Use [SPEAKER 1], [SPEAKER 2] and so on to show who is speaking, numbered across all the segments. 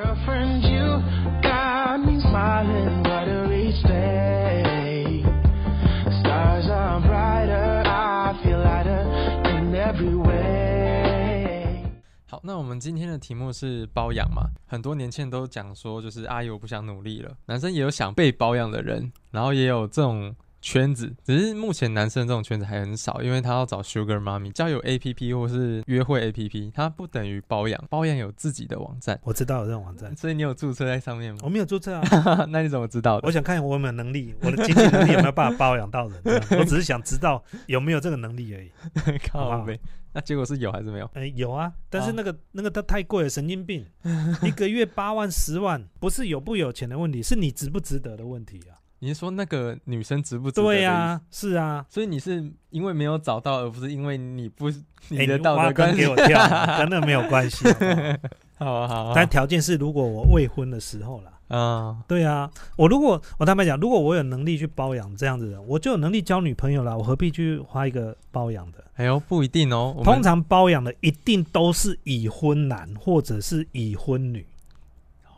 [SPEAKER 1] Girlfriend, you got me smiling. What a rich day. Stars are brighter. I feel lighter in every way.
[SPEAKER 2] 好，那我们今天的题目是包养嘛？很多年轻人都讲说，就是阿姨我不想努力了。男生也有想被包养的人，然后也有这种圈子，只是目前男生这种圈子还很少，因为他要找 Sugar Mommy 交友 APP 或是约会 APP，它不等于包养，包养有自己的网站，
[SPEAKER 3] 我知道有这种网站，
[SPEAKER 2] 所以你有注册在上面吗？
[SPEAKER 3] 我没有注 册啊，
[SPEAKER 2] 那你怎么知道的
[SPEAKER 3] 我？想看我有没有能力，我的经济能力有没有办法包养到 人这样。我只是想知道有没有这个能力而已。
[SPEAKER 2] 靠呗，那结果是有还是没有？
[SPEAKER 3] 哎，有啊，但
[SPEAKER 2] 啊
[SPEAKER 3] 是那个、那个它太贵了，神 经病，一个月八万、十万，不是有不有钱的问题，是你值不值得的问题啊。
[SPEAKER 2] 你是说那个女生值不值得？
[SPEAKER 3] 对呀、，是啊，
[SPEAKER 2] 所以你是因为没有找到，而不是因为你不
[SPEAKER 3] 哎，
[SPEAKER 2] 你的道
[SPEAKER 3] 挖
[SPEAKER 2] 德观
[SPEAKER 3] 坑
[SPEAKER 2] 念
[SPEAKER 3] 给我跳啊，跟那没有关系好不好。
[SPEAKER 2] 好啊好啊，
[SPEAKER 3] 但条件是如果我未婚的时候啦。
[SPEAKER 2] 嗯
[SPEAKER 3] 对啊，我如果我坦白讲，如果我有能力去包养这样子的人，我就有能力交女朋友啦，我何必去花一个包养的？
[SPEAKER 2] 哎呦，不一定哦。我们
[SPEAKER 3] 通常包养的一定都是已婚男或者是已婚女，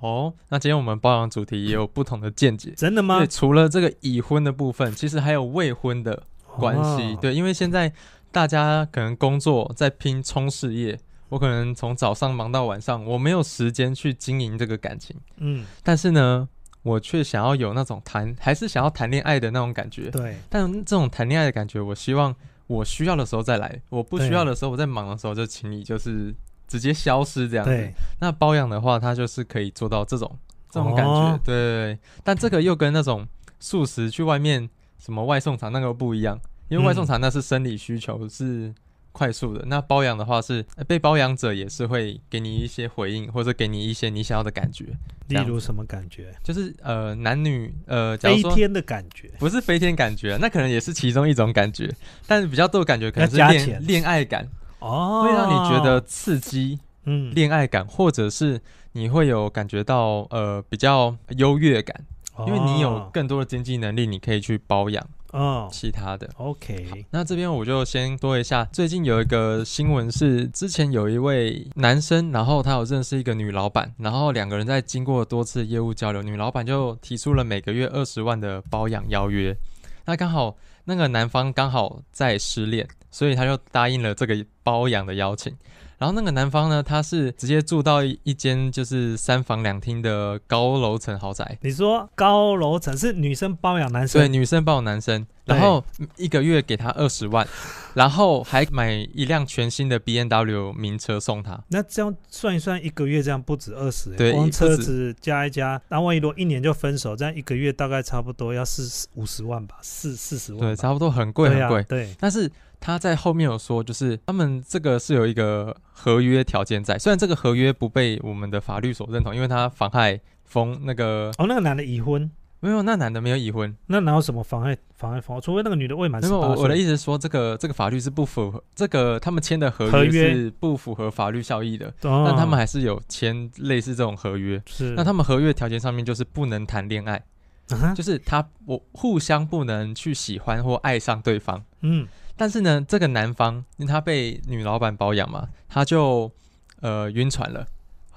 [SPEAKER 2] 哦，那今天我们包养主题也有不同的见解。
[SPEAKER 3] 真的吗
[SPEAKER 2] 对，？除了这个已婚的部分，其实还有未婚的关系。
[SPEAKER 3] 哦，
[SPEAKER 2] 对，因为现在大家可能工作在拼冲事业，我可能从早上忙到晚上，我没有时间去经营这个感情。
[SPEAKER 3] 嗯，
[SPEAKER 2] 但是呢，我却想要有那种谈，还是想要谈恋爱的那种感觉。
[SPEAKER 3] 对，
[SPEAKER 2] 但这种谈恋爱的感觉，我希望我需要的时候再来，我不需
[SPEAKER 3] 对
[SPEAKER 2] 要的时候，我在忙的时候就请你就是直接消失这样子。
[SPEAKER 3] 对，
[SPEAKER 2] 那包养的话，它就是可以做到这种这种感觉，
[SPEAKER 3] 哦
[SPEAKER 2] 对对对。但这个又跟那种素食去外面什么外送场那个不一样，因为外送场那是生理需求是快速的，那包养的话是、呃被包养者也是会给你一些回应，或者给你一些你想要的感觉，这
[SPEAKER 3] 例
[SPEAKER 2] 样
[SPEAKER 3] 如什么感觉？
[SPEAKER 2] 就是呃男女呃，假如
[SPEAKER 3] 飞
[SPEAKER 2] 说
[SPEAKER 3] 天的感觉，
[SPEAKER 2] 不是飞天感觉，那可能也是其中一种感觉，但比较多的感觉可能是
[SPEAKER 3] 要加
[SPEAKER 2] 恋
[SPEAKER 3] 钱
[SPEAKER 2] 恋爱感，
[SPEAKER 3] 哦
[SPEAKER 2] 会让你觉得，刺激。
[SPEAKER 3] 嗯，
[SPEAKER 2] 恋爱感，或者是你会有感觉到呃比较优越感，
[SPEAKER 3] 哦
[SPEAKER 2] 因为你有，更多的经济能力，你可以去包养
[SPEAKER 3] 哦
[SPEAKER 2] 其他的。
[SPEAKER 3] ，OK，
[SPEAKER 2] 那这边我就先说一下，最近有一个新闻是，之前有一位男生，然后他有认识一个女老板，然后两个人在经过多次业务交流，女老板就提出了每个月二十万的包养邀约。那刚好那个男方刚好在失恋，所以他就答应了这个包养的邀请。然后那个男方呢，他是直接住到一一间就是三房两厅的高楼层豪宅，
[SPEAKER 3] 你说高楼层是女生包养男
[SPEAKER 2] 对，
[SPEAKER 3] 生，
[SPEAKER 2] 女生抱男生，然
[SPEAKER 3] 对
[SPEAKER 2] 后一个月给他二十万，然后还买一辆全新的 B N W 名车送他。
[SPEAKER 3] 那这样算一算，一个月这样不止二十、
[SPEAKER 2] 对
[SPEAKER 3] 光
[SPEAKER 2] 不
[SPEAKER 3] 车
[SPEAKER 2] 止
[SPEAKER 3] 子加一加，那万一如果一年就分手，这样一个月大概差不多要四五十万吧，四四十万吧，
[SPEAKER 2] 对，差不多很贵
[SPEAKER 3] 对
[SPEAKER 2] 很
[SPEAKER 3] 啊
[SPEAKER 2] 贵。
[SPEAKER 3] 对，
[SPEAKER 2] 但是他在后面有说，就是他们这个是有一个合约条件在，虽然这个合约不被我们的法律所认同，因为他妨害风那个
[SPEAKER 3] 哦，那个男的已婚，
[SPEAKER 2] 没有那男的没有已婚，
[SPEAKER 3] 那哪有什么妨碍妨碍房？除非那个女的未满
[SPEAKER 2] 没
[SPEAKER 3] 十
[SPEAKER 2] 有
[SPEAKER 3] 八
[SPEAKER 2] 我我的
[SPEAKER 3] 岁。
[SPEAKER 2] 意思是说，这个这个法律是不符合这个他们签的合
[SPEAKER 3] 合
[SPEAKER 2] 约
[SPEAKER 3] 约
[SPEAKER 2] 是不符合法律效益的，
[SPEAKER 3] 哦
[SPEAKER 2] 但他们还是有签类似这种合约。
[SPEAKER 3] 是
[SPEAKER 2] 那他们合约条件上面就是不能谈恋爱，
[SPEAKER 3] 啊
[SPEAKER 2] 就是他我互相不能去喜欢或爱上对方。
[SPEAKER 3] 嗯
[SPEAKER 2] 但是呢，这个男方因为他被女老板包养嘛，他就呃晕船了，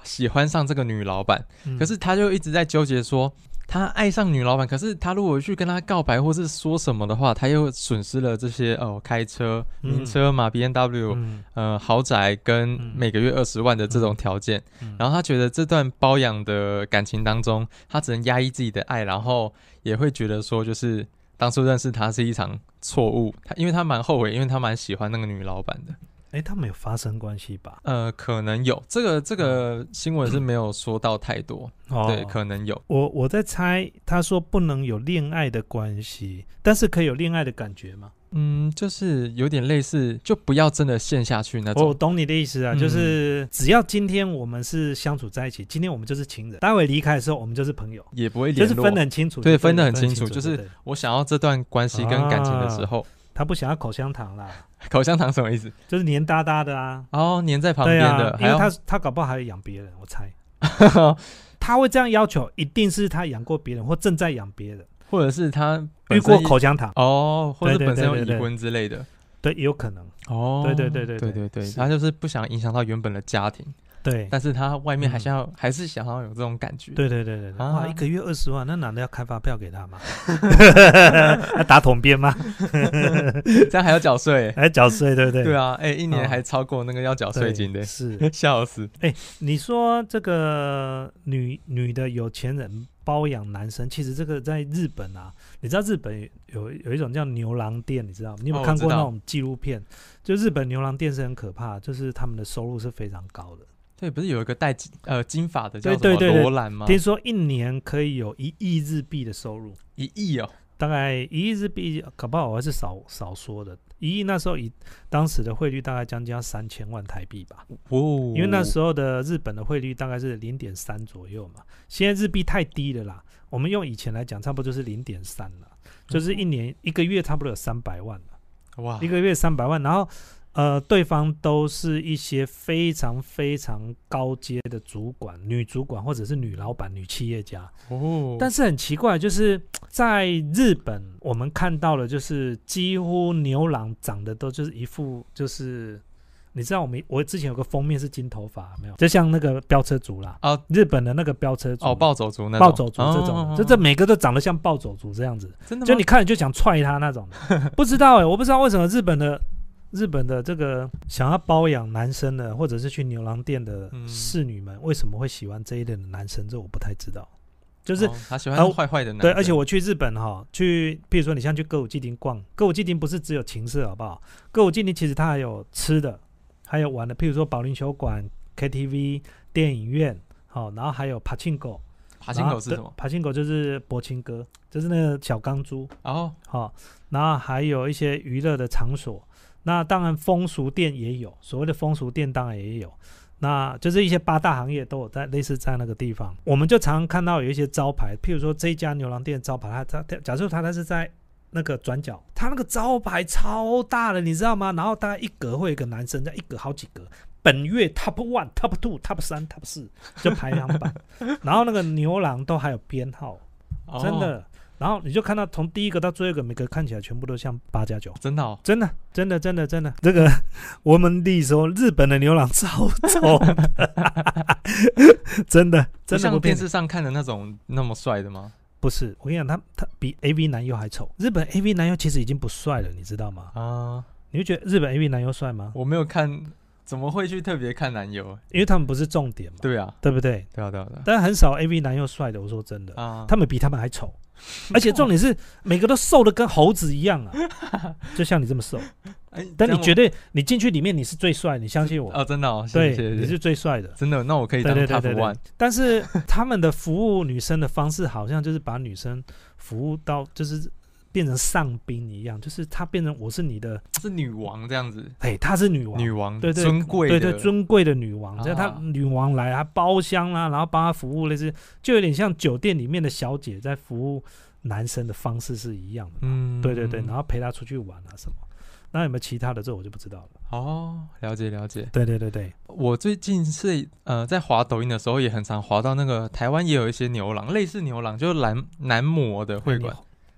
[SPEAKER 2] 喜欢上这个女老板。
[SPEAKER 3] 嗯
[SPEAKER 2] 可是他就一直在纠结说，他爱上女老板，可是他如果去跟她告白或是说什么的话，他又损失了这些哦开车名
[SPEAKER 3] 嗯
[SPEAKER 2] 车嘛，B N W，、
[SPEAKER 3] 嗯
[SPEAKER 2] 呃豪宅跟
[SPEAKER 3] 嗯
[SPEAKER 2] 每个月二十万的这种条件，
[SPEAKER 3] 嗯
[SPEAKER 2] 然后他觉得这段包养的感情当中，他只能压抑自己的爱，然后也会觉得说，就是当初认识他是一场错误，他因为他蛮后悔，因为他蛮喜欢那个女老板的，
[SPEAKER 3] 哎，他们有发生关系吧？
[SPEAKER 2] 呃，可能有这个这个新闻是没有说到太多，
[SPEAKER 3] 哦，
[SPEAKER 2] 对，可能有，
[SPEAKER 3] 我我在猜，他说不能有恋爱的关系，但是可以有恋爱的感觉吗？
[SPEAKER 2] 嗯，就是有点类似，就不要真的陷下去那
[SPEAKER 3] 我
[SPEAKER 2] 种，
[SPEAKER 3] 懂你的意思啊，
[SPEAKER 2] 嗯
[SPEAKER 3] 就是只要今天我们是相处在一起，今天我们就是情人，待会离开的时候我们就是朋友，
[SPEAKER 2] 也不会
[SPEAKER 3] 就
[SPEAKER 2] 联
[SPEAKER 3] 是
[SPEAKER 2] 络
[SPEAKER 3] 分得。很清楚。
[SPEAKER 2] 对
[SPEAKER 3] 就
[SPEAKER 2] 分得很
[SPEAKER 3] 清
[SPEAKER 2] 清楚就是
[SPEAKER 3] 对对
[SPEAKER 2] 我想要这段关系跟感情的时候，
[SPEAKER 3] 他不想要口香糖啦，
[SPEAKER 2] 口香糖什么意思？
[SPEAKER 3] 就是黏哒哒的啊。
[SPEAKER 2] 啊哦，粘在旁
[SPEAKER 3] 对
[SPEAKER 2] 边的，
[SPEAKER 3] 啊，因
[SPEAKER 2] 还要
[SPEAKER 3] 为他他搞不好还养别人，我猜他会这样要求，一定是他养过别人或正在养别人，
[SPEAKER 2] 或者是他
[SPEAKER 3] 遇
[SPEAKER 2] 本身
[SPEAKER 3] 过口香糖，
[SPEAKER 2] 哦，或者
[SPEAKER 3] 对对
[SPEAKER 2] 本身有
[SPEAKER 3] 对
[SPEAKER 2] 已
[SPEAKER 3] 对对
[SPEAKER 2] 婚之类的
[SPEAKER 3] 对，也有可能。
[SPEAKER 2] 哦，
[SPEAKER 3] 对对对对
[SPEAKER 2] 对对
[SPEAKER 3] 对
[SPEAKER 2] 对，
[SPEAKER 3] 是
[SPEAKER 2] 他就是不想影响到原本的家庭，
[SPEAKER 3] 对
[SPEAKER 2] 但是他外面还
[SPEAKER 3] 嗯
[SPEAKER 2] 想要，还是想要有这种感觉。
[SPEAKER 3] 对对对对对，
[SPEAKER 2] 啊
[SPEAKER 3] 哇，一个月二十万，那男的要开发票 给他吗？要打桶边吗？
[SPEAKER 2] 这样还要缴税。
[SPEAKER 3] 还缴税，对不对？
[SPEAKER 2] 对啊，哎、一年
[SPEAKER 3] 哦
[SPEAKER 2] 还超过那个要缴
[SPEAKER 3] 对，
[SPEAKER 2] 税金的，
[SPEAKER 3] 是
[SPEAKER 2] 笑死。
[SPEAKER 3] 你说这个女女的有钱人包养男生，其实这个在日本啊，你知道日本有有一种叫牛郎店，你知道吗？你有没
[SPEAKER 2] 哦
[SPEAKER 3] 有
[SPEAKER 2] 我
[SPEAKER 3] 看
[SPEAKER 2] 知
[SPEAKER 3] 过那
[SPEAKER 2] 道
[SPEAKER 3] 种纪录片？就日本牛郎店是很可怕，就是他们的收入是非常高的，
[SPEAKER 2] 对，不是有一个戴金呃金发的叫
[SPEAKER 3] 对
[SPEAKER 2] 什么
[SPEAKER 3] 对对对
[SPEAKER 2] 罗兰吗？
[SPEAKER 3] 听说一年可以有一亿日币的收入，
[SPEAKER 2] 一亿哦，
[SPEAKER 3] 大概一亿日币，搞不好我还是少少说的。一亿那时候以当时的汇率大概将近要三千万台币吧，
[SPEAKER 2] 哦，
[SPEAKER 3] 因为那时候的日本的汇率大概是零点三左右嘛，现在日币太低了啦，我们用以前来讲，差不多就是零点三了，就是一年一个月差不多有三百万了，
[SPEAKER 2] 哇
[SPEAKER 3] 一，个月三百万，然后呃，对方都是一些非常非常高阶的主管、女主管或者是女老板、女企业家，
[SPEAKER 2] 哦，
[SPEAKER 3] 但是很奇怪，就是在日本，我们看到了，就是几乎牛郎长得都就是一副就是，你知道我们我之前有个封面是金头发，没有？就像那个飙车族啦，
[SPEAKER 2] 哦
[SPEAKER 3] 日本的那个飙车族
[SPEAKER 2] 哦暴走族那
[SPEAKER 3] 暴走族这种的，
[SPEAKER 2] 哦
[SPEAKER 3] 就这每个都长得像暴走族这样子，
[SPEAKER 2] 真的吗
[SPEAKER 3] 就你看了就想踹他那种的。 不知道哎、我不知道为什么日本的。日本的这个想要包养男生的，或者是去牛郎店的
[SPEAKER 2] 嗯
[SPEAKER 3] 侍女们，为什么会喜欢这一类的男生？这我不太知道。就是
[SPEAKER 2] 哦他喜欢
[SPEAKER 3] 呃
[SPEAKER 2] 坏坏的男生，
[SPEAKER 3] 对，而且我去日本哈、去，比如说你像去歌舞伎町逛，歌舞伎町不是只有情色好不好？歌舞伎町其实它还有吃的，还有玩的，譬如说保龄球馆、KTV、电影院，好、然后还有爬庆狗。
[SPEAKER 2] 爬行狗是什么？
[SPEAKER 3] 爬庆狗就是博青哥，就是那个小钢珠，
[SPEAKER 2] 哦，
[SPEAKER 3] 好、然后还有一些娱乐的场所。那当然风俗店也有，所谓的风俗店当然也有。那就是一些八大行业都有在类似在那个地方，我们就常常看到有一些招牌，譬如说这一家牛郎店的招牌，它它它假设它它是在那个转角，它那个招牌超大的，你知道吗？然后大概一格会有一个男生，在一格好几格，本月 top one、top two、top 三、top 四就排行榜， 然后那个牛郎都还有编号，
[SPEAKER 2] 哦
[SPEAKER 3] 真的。然后你就看到从第一个到最后一个，每个看起来全部都像八加九，
[SPEAKER 2] 真的哦，
[SPEAKER 3] 真的，真的，真的，真的。这个我们弟说，日本的牛郎超丑的， 真的，
[SPEAKER 2] 不
[SPEAKER 3] 真的
[SPEAKER 2] 像
[SPEAKER 3] 不
[SPEAKER 2] 电
[SPEAKER 3] 骗
[SPEAKER 2] 视
[SPEAKER 3] 你。
[SPEAKER 2] 上看的那种那么帅的吗？
[SPEAKER 3] 不是，我跟你讲，他他比 A V 男优还丑。日本 A V 男优其实已经不帅了，你知道吗？
[SPEAKER 2] 啊，
[SPEAKER 3] 你会觉得日本 A V 男优帅吗？
[SPEAKER 2] 我没有看，怎么会去特别看男友？
[SPEAKER 3] 因为他们不是重点嘛，
[SPEAKER 2] 对啊，
[SPEAKER 3] 对不对？
[SPEAKER 2] 对啊，对啊，对啊
[SPEAKER 3] 但很少 A V 男优帅的，我说真的，
[SPEAKER 2] 啊，
[SPEAKER 3] 他们比他们还丑，而且重点是每个都瘦的跟猴子一样啊， 就像你这么瘦。
[SPEAKER 2] 哎，
[SPEAKER 3] 但你绝
[SPEAKER 2] 得
[SPEAKER 3] 对，你进去里面你是最帅，你相信我，
[SPEAKER 2] 哦，真的哦，谢
[SPEAKER 3] 对，
[SPEAKER 2] 谢
[SPEAKER 3] 你
[SPEAKER 2] 谢谢，
[SPEAKER 3] 是最帅的。
[SPEAKER 2] 真的，那我可以
[SPEAKER 3] 对
[SPEAKER 2] 当
[SPEAKER 3] 对对
[SPEAKER 2] top
[SPEAKER 3] 对
[SPEAKER 2] one
[SPEAKER 3] 对。但是他们的服务女生的方式，好像就是把女生服务到就是变成上宾一样，就是她变成我是你的，
[SPEAKER 2] 是女王这样子，
[SPEAKER 3] 哎，她是女王，
[SPEAKER 2] 女王，
[SPEAKER 3] 对对
[SPEAKER 2] 尊贵的，
[SPEAKER 3] 对对，尊贵的女王，
[SPEAKER 2] 啊
[SPEAKER 3] 只要她女王来，她包厢啦、然后帮她服务，类似就有点像酒店里面的小姐在服务男生的方式是一样的。
[SPEAKER 2] 嗯，
[SPEAKER 3] 对对对，然后陪她出去玩啊什么。那有没有其他的？这我就不知道了。
[SPEAKER 2] 哦，了解了解。
[SPEAKER 3] 对对对对，
[SPEAKER 2] 我最近是呃在滑抖音的时候，也很常滑到那个台湾也有一些牛郎，类似牛郎，就是男男模的会馆，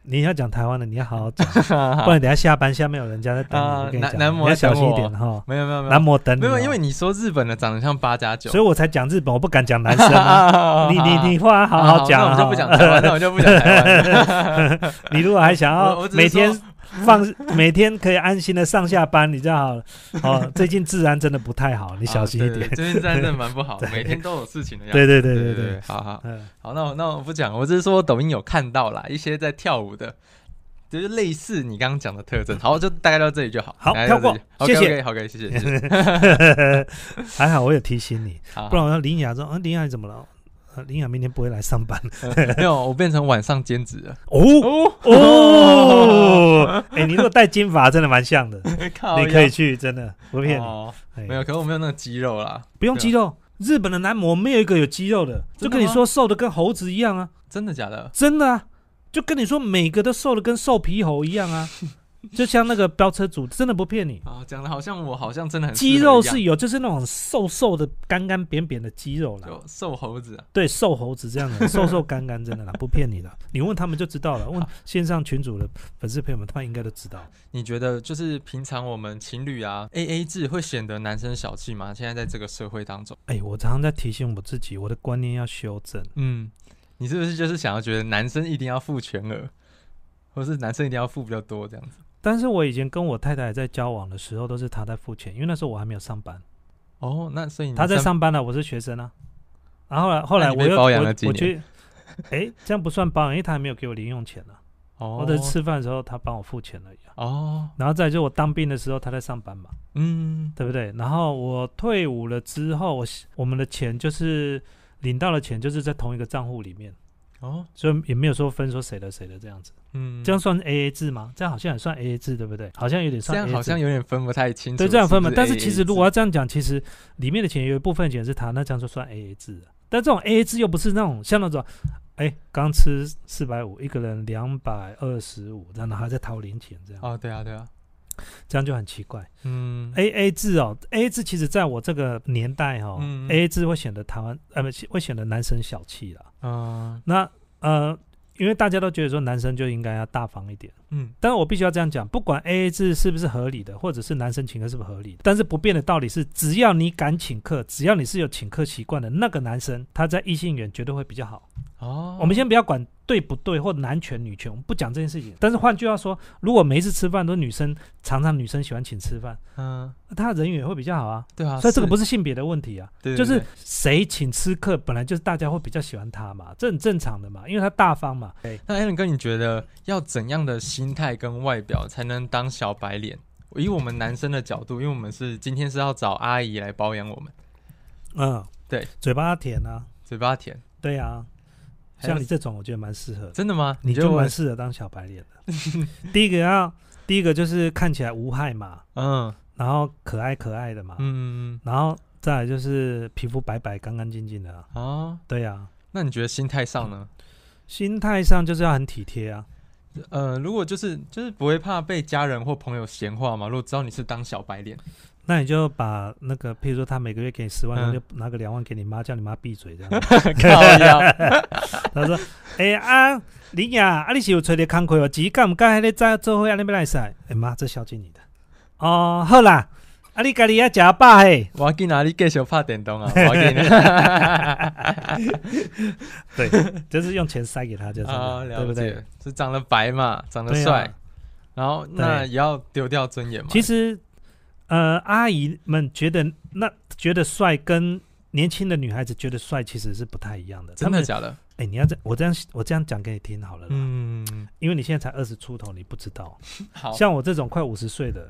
[SPEAKER 3] 你要讲台湾的，你要好好讲。不
[SPEAKER 2] 不
[SPEAKER 3] 然等一下下班下面有人家在等你，
[SPEAKER 2] 啊
[SPEAKER 3] 我跟你讲，
[SPEAKER 2] 男男模
[SPEAKER 3] 你要小心一点
[SPEAKER 2] 等
[SPEAKER 3] 哈，
[SPEAKER 2] 没有没有没有
[SPEAKER 3] 男模等你
[SPEAKER 2] 没
[SPEAKER 3] 哦，
[SPEAKER 2] 有，因为你说日本的长得像八加九
[SPEAKER 3] 所，以我才讲日本，我不敢讲男生 啊。你你你话好
[SPEAKER 2] 好
[SPEAKER 3] 好讲
[SPEAKER 2] 那我就
[SPEAKER 3] 啊
[SPEAKER 2] 不讲 台湾，那我就不讲台湾。
[SPEAKER 3] 你如果还想
[SPEAKER 2] 我
[SPEAKER 3] 要
[SPEAKER 2] 我只是
[SPEAKER 3] 每天
[SPEAKER 2] 说
[SPEAKER 3] 放每天可以安心的上下班，你就好了。哦，最近治安真的不太好，你
[SPEAKER 2] 你
[SPEAKER 3] 小心一点。
[SPEAKER 2] 最近真的蛮不好，
[SPEAKER 3] 对
[SPEAKER 2] 每天都有事情的样子。
[SPEAKER 3] 对对对
[SPEAKER 2] 啊对
[SPEAKER 3] 对对，
[SPEAKER 2] 好好
[SPEAKER 3] 嗯，
[SPEAKER 2] 好，那我那我不讲，我只是说抖音有看到啦，一些在跳舞的，就是类似你刚刚讲的特征。好，就大概到这里就好。
[SPEAKER 3] 好
[SPEAKER 2] 大概到这里
[SPEAKER 3] 跳过谢
[SPEAKER 2] OK，OK，
[SPEAKER 3] 谢
[SPEAKER 2] 好，OK，谢谢，谢 谢。
[SPEAKER 3] 还好我有提 醒你，
[SPEAKER 2] 好，
[SPEAKER 3] 不然我说林雅说，嗯，林雅你怎么了？呃林雅明天不会来上班
[SPEAKER 2] 没有，我变成晚上兼职了。
[SPEAKER 3] 哦
[SPEAKER 2] 哦，
[SPEAKER 3] 哦，哎，你如果戴金发，真的蛮像的，
[SPEAKER 2] 靠腰，
[SPEAKER 3] 你可以去，真的不骗你。
[SPEAKER 2] 哦，
[SPEAKER 3] 哎
[SPEAKER 2] 没有，可是我没有那个肌肉啦，
[SPEAKER 3] 不用肌肉，日本的男模没有一个有肌肉的，就
[SPEAKER 2] 真的吗
[SPEAKER 3] 跟你说瘦的跟猴子一样啊，
[SPEAKER 2] 真的假的？
[SPEAKER 3] 真的啊，就跟你说每个都瘦的跟瘦皮猴一样啊。就像那个飙车族，真的不骗你，
[SPEAKER 2] 啊，讲的好像我好像真的很
[SPEAKER 3] 肌
[SPEAKER 2] 适合
[SPEAKER 3] 肉
[SPEAKER 2] 一样
[SPEAKER 3] 是有，就是那种瘦瘦的、干干扁扁的肌肉啦。
[SPEAKER 2] 就瘦猴子啊，
[SPEAKER 3] 对，瘦猴子这样 的，瘦瘦干干，真的啦，不骗你的。你问他们就知道了，问线上群主的粉丝朋友们，他们应该都知道。
[SPEAKER 2] 你觉得就是平常我们情侣啊 A A 制会显得男生小气吗？现在在这个社会当中，
[SPEAKER 3] 哎，我常常在提醒我自己，我的观念要修正。
[SPEAKER 2] 嗯，你是不是就是想要觉得男生一定要付全额，或是男生一定要付比较多这样子？
[SPEAKER 3] 但是我以前跟我太太在交往的时候，都是她在付钱，因为那时候我还没有上班，
[SPEAKER 2] 哦，那所以你
[SPEAKER 3] 她在
[SPEAKER 2] 三
[SPEAKER 3] 上班了，我是学生啊。然后后来后来
[SPEAKER 2] 那你
[SPEAKER 3] 我
[SPEAKER 2] 被
[SPEAKER 3] 又
[SPEAKER 2] 包养了
[SPEAKER 3] 我
[SPEAKER 2] 几
[SPEAKER 3] 我
[SPEAKER 2] 年
[SPEAKER 3] 去， 哎，这样不算包养，因为她还没有给我零用钱呢、啊，
[SPEAKER 2] 哦
[SPEAKER 3] 或者吃饭的时候她帮我付钱而已、啊。
[SPEAKER 2] 哦，
[SPEAKER 3] 然后再来就是我当兵的时候她在上班嘛，
[SPEAKER 2] 嗯，
[SPEAKER 3] 对不对？然后我退伍了之后，我我们的钱就是领到了钱就是在同一个账户里面，
[SPEAKER 2] 哦，
[SPEAKER 3] 所以也没有说分说谁的谁的这样子。
[SPEAKER 2] 嗯，
[SPEAKER 3] 这样算 A A 制吗？这样好像也算 A A 制，对不对？好像有点
[SPEAKER 2] 这
[SPEAKER 3] 算 AA
[SPEAKER 2] 样
[SPEAKER 3] 制，
[SPEAKER 2] 好像有点分不太清楚，
[SPEAKER 3] 对这样分嘛。但
[SPEAKER 2] 是
[SPEAKER 3] 是
[SPEAKER 2] 不 AA
[SPEAKER 3] 其实如果
[SPEAKER 2] 制
[SPEAKER 3] 要这样讲，其实里面的钱有一部分钱是他，那这样就算 A A 制了。但这种 A A 制又不是那种像那种，哎，刚吃四百五，一个人两百二十五，然后还在掏零钱，这样、
[SPEAKER 2] 哦，对啊，对啊，
[SPEAKER 3] 这样就很奇怪。
[SPEAKER 2] 嗯，
[SPEAKER 3] A A 制哦，A A 制其实在我这个年代哦、
[SPEAKER 2] 嗯
[SPEAKER 3] a A 制会显得台湾呃不是会显得男生小气啦。
[SPEAKER 2] 嗯
[SPEAKER 3] 那呃，因为大家都觉得说男生就应该要大方一点，
[SPEAKER 2] 嗯，
[SPEAKER 3] 但是我必须要这样讲，不管 A A 制是不是合理的，或者是男生请客是不是合理的，但是不变的道理是，只要你敢请客，只要你是有请客习惯的那个男生，他在异性缘绝对会比较好。
[SPEAKER 2] 哦，
[SPEAKER 3] 我们先不要管对不对或男权女权，我们不讲这件事情。但是换句话说，如果每一次吃饭都女生常常女生喜欢请吃饭，
[SPEAKER 2] 嗯，
[SPEAKER 3] 那他人缘也会比较好啊。
[SPEAKER 2] 对啊，
[SPEAKER 3] 所以这个不
[SPEAKER 2] 是，
[SPEAKER 3] 是性别的问题啊，
[SPEAKER 2] 对对
[SPEAKER 3] 就是
[SPEAKER 2] 对
[SPEAKER 3] 谁请吃客，本来就是大家会比较喜欢他嘛，这很正常的嘛，因为他大方嘛。
[SPEAKER 2] 那 Alan 哥，你觉得要怎样的心态跟外表才能当小白脸？以我们男生的角度，因为我们是今天是要找阿姨来包养我们，
[SPEAKER 3] 嗯，
[SPEAKER 2] 对，
[SPEAKER 3] 嘴巴甜啊，
[SPEAKER 2] 嘴巴甜，
[SPEAKER 3] 对啊，
[SPEAKER 2] 还有
[SPEAKER 3] 像你这种，我觉得蛮适合的，
[SPEAKER 2] 真的吗？
[SPEAKER 3] 你
[SPEAKER 2] 觉得
[SPEAKER 3] 就
[SPEAKER 2] 我
[SPEAKER 3] 蛮适合当小白脸的。 第一个要，第一个就是看起来无害嘛，
[SPEAKER 2] 嗯
[SPEAKER 3] 然后可爱可爱的嘛，
[SPEAKER 2] 嗯
[SPEAKER 3] 然后再来就是皮肤白白干干净净的啊，
[SPEAKER 2] 啊，
[SPEAKER 3] 对啊，
[SPEAKER 2] 那你觉得心态上呢？
[SPEAKER 3] 心态上就是要很体贴啊。
[SPEAKER 2] 呃，如果就是就是不会怕被家人或朋友闲话嘛？如果知道你是当小白脸，
[SPEAKER 3] 那你就把那个，譬如说他每个月给你十万，
[SPEAKER 2] 嗯
[SPEAKER 3] 他就拿个两万给你妈，叫你妈闭嘴这样。
[SPEAKER 2] 靠呀，
[SPEAKER 3] 他说：“ 哎、啊，林雅，啊，你是有找着工课哦？钱敢唔敢？迄个早做伙安尼要来使？哎、妈，这孝敬你的。哦，好啦，啊，你家己要食饱嘿。
[SPEAKER 2] 我要去哪里继续拍电动啊？我要 去
[SPEAKER 3] 对， 就是用钱塞给他，就是、
[SPEAKER 2] 啊，
[SPEAKER 3] 对
[SPEAKER 2] 了
[SPEAKER 3] 不
[SPEAKER 2] 解
[SPEAKER 3] 对？，
[SPEAKER 2] 是长得白嘛，长得
[SPEAKER 3] 对啊
[SPEAKER 2] 帅，然后那
[SPEAKER 3] 对
[SPEAKER 2] 也要丢掉尊严嘛。
[SPEAKER 3] 其实，呃，阿姨们觉得那觉得帅跟年轻的女孩子觉得帅其实是不太一样的。
[SPEAKER 2] 真的
[SPEAKER 3] 他们
[SPEAKER 2] 假的？
[SPEAKER 3] 哎、你要这我这样我这样讲给你听好了啦，
[SPEAKER 2] 嗯，
[SPEAKER 3] 因为你现在才二十出头，你不知道。
[SPEAKER 2] 好，
[SPEAKER 3] 像我这种快五十岁的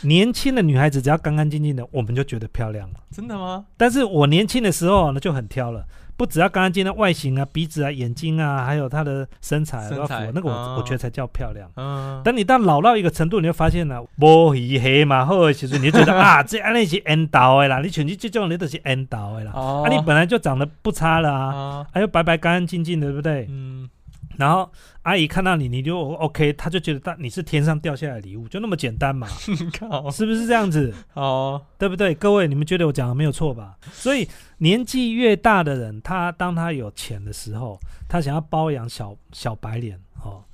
[SPEAKER 3] 年轻的女孩子，只要干干净净的，我们就觉得漂亮了。
[SPEAKER 2] 真的吗？
[SPEAKER 3] 但是我年轻的时候呢，就很挑了，不只要干干净净的外形啊、鼻子啊、眼睛啊，还有她的身材啊都
[SPEAKER 2] 身
[SPEAKER 3] 要符
[SPEAKER 2] 材
[SPEAKER 3] 合，那个我、
[SPEAKER 2] 哦
[SPEAKER 3] 我觉得才叫漂亮。
[SPEAKER 2] 嗯，
[SPEAKER 3] 等你到老到一个程度，你会发现呢、啊，摸鱼黑嘛，或者其实你 就觉得啊，这安尼是缘投的啦，你像你这种你都是缘投的啦，
[SPEAKER 2] 哦
[SPEAKER 3] 啊，你本来就长得不差了啊，
[SPEAKER 2] 啊，
[SPEAKER 3] 还有白白干干净净的，对不对？
[SPEAKER 2] 嗯，
[SPEAKER 3] 然后阿姨看到你，你就 OK，她就觉得她你是天上掉下来的礼物，就那么 简单嘛，
[SPEAKER 2] 靠，
[SPEAKER 3] 是不是这样子？
[SPEAKER 2] 好，
[SPEAKER 3] 对不对？各位，你们觉得我讲的没有错吧？所以年纪越大的人，他当他有钱的时候，他想要包养小小白脸哦，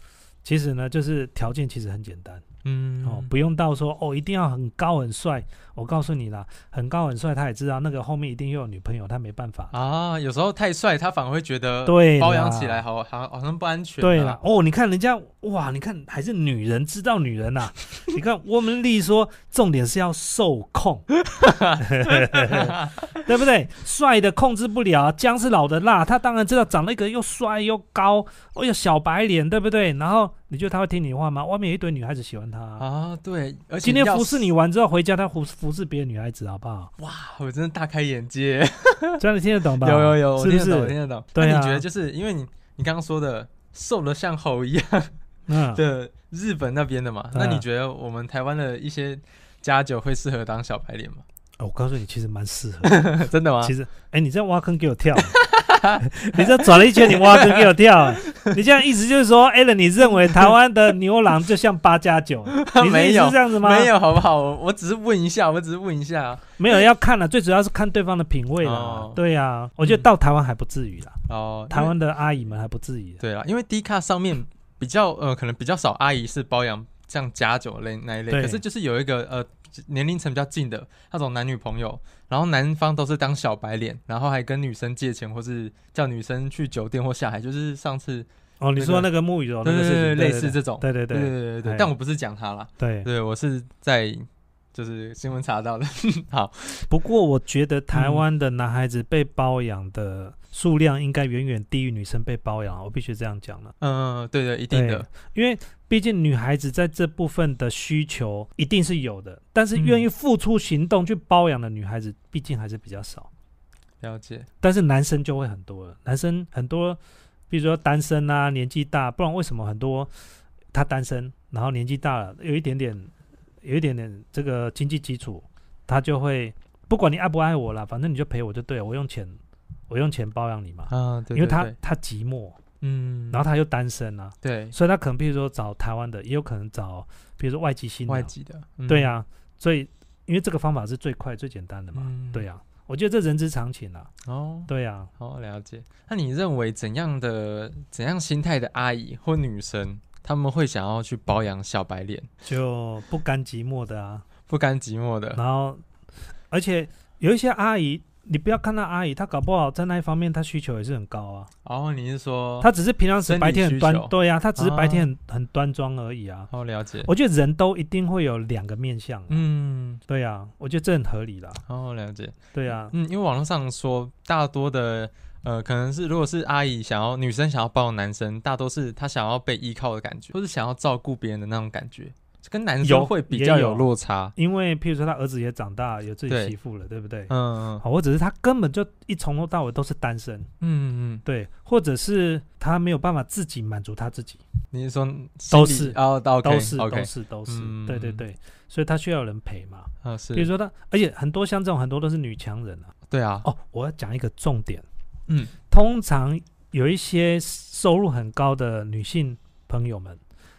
[SPEAKER 3] 其实呢，就是条件其实很简单
[SPEAKER 2] 嗯，
[SPEAKER 3] 哦，不用到说哦一定要很高很帅。我告诉你啦，很高很帅，他也知道那个后面一定又有女朋友，他没办法。
[SPEAKER 2] 啊，有时候太帅，他反而会觉得
[SPEAKER 3] 对啦
[SPEAKER 2] 呃包养起来好好好像不安全。啊
[SPEAKER 3] 对了，，哦，你看人家哇，你看还是女人知道女人呐、啊 你看我们丽说，重点是要受 控，对不对？帅的控制不了，姜是老的辣，他当然知道长了一个又帅又高，哦又小白脸，对不对？然后你觉得他会听你话吗？外面有一堆女孩子喜欢他、
[SPEAKER 2] 啊，对，而且
[SPEAKER 3] 今天
[SPEAKER 2] 要
[SPEAKER 3] 服侍你完之后回家，他服服侍别的女孩子，好不好？
[SPEAKER 2] 啊，我真的大开眼界。
[SPEAKER 3] 这样你听得懂吧？
[SPEAKER 2] 有有有，我
[SPEAKER 3] 是不
[SPEAKER 2] 听得懂，我听
[SPEAKER 3] 是？
[SPEAKER 2] 得懂。
[SPEAKER 3] 对
[SPEAKER 2] 那
[SPEAKER 3] 啊
[SPEAKER 2] 你觉得就是因为你你刚刚说的瘦的像猴一样
[SPEAKER 3] 嗯，
[SPEAKER 2] 的日本那边的嘛，那
[SPEAKER 3] 嗯
[SPEAKER 2] 你觉得我们台湾的一些家酒会适合当小白脸吗？
[SPEAKER 3] 哦我告诉你，其实蛮适合的。
[SPEAKER 2] 真的吗？
[SPEAKER 3] 其实，哎，你这样挖坑给我跳， 你这转了一圈，你挖坑给我跳、 哎你这样意思就是说 a l a n 你认为台湾的牛郎就像八加 九？你是
[SPEAKER 2] 没
[SPEAKER 3] 意思
[SPEAKER 2] 有
[SPEAKER 3] 是这样子吗？
[SPEAKER 2] 没，有，好不好？我我只是问一下，我只是问一下
[SPEAKER 3] 没有要看了，啊最主要是看对方的品味了。
[SPEAKER 2] 哦
[SPEAKER 3] 对呀、我觉得到台湾还不至于啦，
[SPEAKER 2] 哦。因为
[SPEAKER 3] 台湾的阿姨们还不至于。啊
[SPEAKER 2] 对啦，因为 D 卡上面比较呃，可能比较少阿姨是包养像假酒类那一类，
[SPEAKER 3] 对
[SPEAKER 2] 可是就是有一个呃年龄层比较近的那种男女朋友，然后男方都是当小白脸，然后还跟女生借钱或是叫女生去酒店或下海，就是上次
[SPEAKER 3] 哦，你
[SPEAKER 2] 对
[SPEAKER 3] 说
[SPEAKER 2] 对
[SPEAKER 3] 那个木鱼哦，那
[SPEAKER 2] 对
[SPEAKER 3] 个
[SPEAKER 2] 对
[SPEAKER 3] 事情
[SPEAKER 2] 对，类
[SPEAKER 3] 对
[SPEAKER 2] 似这种，
[SPEAKER 3] 对对
[SPEAKER 2] 对
[SPEAKER 3] 对
[SPEAKER 2] 对对对
[SPEAKER 3] 哎，
[SPEAKER 2] 但我不是讲他啦，
[SPEAKER 3] 对。
[SPEAKER 2] 对我是在就是新闻查到的， 好，
[SPEAKER 3] 不过我觉得台湾
[SPEAKER 2] 嗯
[SPEAKER 3] 的男孩子被包养的数量应该远远低于女生被包养，我必须这样讲了。
[SPEAKER 2] 嗯，对对，一定的，
[SPEAKER 3] 因为毕竟女孩子在这部分的需求一定是有的，但是愿意
[SPEAKER 2] 嗯
[SPEAKER 3] 付出行动去包养的女孩子，毕竟还是比较少。
[SPEAKER 2] 了解，
[SPEAKER 3] 但是男生就会很多了，男生很多，比如说单身啊，年纪大，不然为什么很多他单身，然后年纪大了，有一点点，有一点点这个经济基础，他就会不管你爱不爱我啦，反正你就陪我就对了，我用钱，我用钱包养你嘛，
[SPEAKER 2] 啊，对，
[SPEAKER 3] 因
[SPEAKER 2] 对
[SPEAKER 3] 为他
[SPEAKER 2] 对
[SPEAKER 3] 他寂寞，
[SPEAKER 2] 嗯，
[SPEAKER 3] 然后他又单身啊，
[SPEAKER 2] 对
[SPEAKER 3] 所以他可能比如说找台湾的，也有可能找比如说外籍新
[SPEAKER 2] 外
[SPEAKER 3] 娘，
[SPEAKER 2] 籍的，嗯
[SPEAKER 3] 啊对，呀、所以因为这个方法是最快最简单的嘛，
[SPEAKER 2] 嗯
[SPEAKER 3] 对呀、啊我觉得这人之常情啊，
[SPEAKER 2] 哦，
[SPEAKER 3] 对呀、
[SPEAKER 2] 好了解。那你认为怎样的怎样心态的阿姨或女生，她们会想要去保养小白脸，
[SPEAKER 3] 就不甘寂寞 的啊。
[SPEAKER 2] 不甘寂寞的？
[SPEAKER 3] 然后，而且有一些阿姨，你不要看那阿姨，她搞不好在那一方面她需求也是很高啊。
[SPEAKER 2] 然后哦你是说，
[SPEAKER 3] 她只是平常时
[SPEAKER 2] 生理
[SPEAKER 3] 白天很端
[SPEAKER 2] 需求，
[SPEAKER 3] 对啊，她只是白天很、很端庄而已啊。
[SPEAKER 2] 好了解，
[SPEAKER 3] 我觉得人都一定会有两个面相、嗯，
[SPEAKER 2] 嗯，
[SPEAKER 3] 对啊，我觉得这很合理啦。
[SPEAKER 2] 好了解，
[SPEAKER 3] 对啊，
[SPEAKER 2] 嗯，因为网络上说大多的。呃，可能是如果是阿姨想要女生想要包容男生，大多是她想要被依靠的感觉，或是想要照顾别人的那种感觉，跟男
[SPEAKER 3] 有
[SPEAKER 2] 生会比
[SPEAKER 3] 也
[SPEAKER 2] 较
[SPEAKER 3] 有
[SPEAKER 2] 有落差。
[SPEAKER 3] 因为譬如说她儿子也长大，有自己
[SPEAKER 2] 对
[SPEAKER 3] 媳妇了，对不对？
[SPEAKER 2] 嗯嗯
[SPEAKER 3] 好，或者是她根本就一从头到尾都是单身，
[SPEAKER 2] 嗯嗯，
[SPEAKER 3] 对，或者是她没有办法自己满足她自己，
[SPEAKER 2] 你是说心
[SPEAKER 3] 都
[SPEAKER 2] 理
[SPEAKER 3] 是
[SPEAKER 2] 哦，
[SPEAKER 3] 都是
[SPEAKER 2] OK，
[SPEAKER 3] 都是都是，对对
[SPEAKER 2] 嗯
[SPEAKER 3] 对，所以她需要有人陪嘛。
[SPEAKER 2] 啊是，
[SPEAKER 3] 比如说他，而且很多像这种很多都是女强人啊。
[SPEAKER 2] 对啊，
[SPEAKER 3] 哦，我要讲一个重点，啊
[SPEAKER 2] 嗯，
[SPEAKER 3] 通常有一些收入很高的女性朋友们，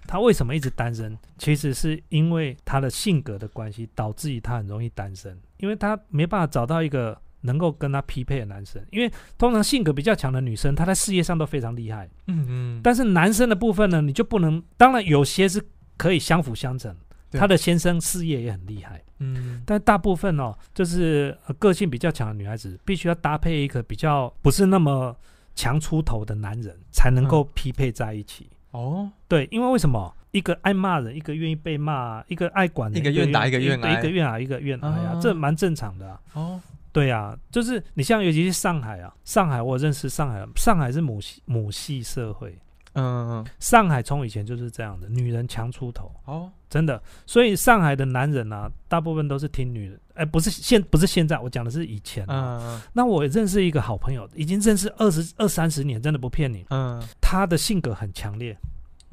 [SPEAKER 3] 她为什么一直单身？其实是因为她的性格的关系，导致于她很容易单身，因为她没办法找到一个能够跟她匹配的男生。因为通常性格比较强的女生，她在事业上都非常厉害，
[SPEAKER 2] 嗯嗯，
[SPEAKER 3] 但是男生的部分呢，你就不能，当然有些是可以相辅相成，
[SPEAKER 2] 对
[SPEAKER 3] 她的先生事业也很厉害。
[SPEAKER 2] 嗯，
[SPEAKER 3] 但大部分哦，就是呃个性比较强的女孩子，必须要搭配一个比较不是那么强出头的男人，才能
[SPEAKER 2] 嗯
[SPEAKER 3] 够匹配在一起。
[SPEAKER 2] 哦，
[SPEAKER 3] 对，因为为什么？一个爱骂人，一个愿意被骂，一个爱管人，
[SPEAKER 2] 一个愿打一个愿
[SPEAKER 3] 对
[SPEAKER 2] 挨
[SPEAKER 3] 一个愿打一个愿挨啊，
[SPEAKER 2] 啊
[SPEAKER 3] 这蛮正常的、啊。
[SPEAKER 2] 哦，
[SPEAKER 3] 对啊，就是你像尤其是上海啊，上海我认识上海，上海是母系母系社会，
[SPEAKER 2] 嗯，
[SPEAKER 3] 上海从以前就是这样的，女人强出头。
[SPEAKER 2] 哦，
[SPEAKER 3] 真的，所以上海的男人啊，大部分都是听女人，哎，不是现不是现在，我讲的是以前、啊。
[SPEAKER 2] 嗯
[SPEAKER 3] 那我认识一个好朋友，已经认识二十二三十年，真的不骗你，
[SPEAKER 2] 嗯
[SPEAKER 3] 他的性格很强烈。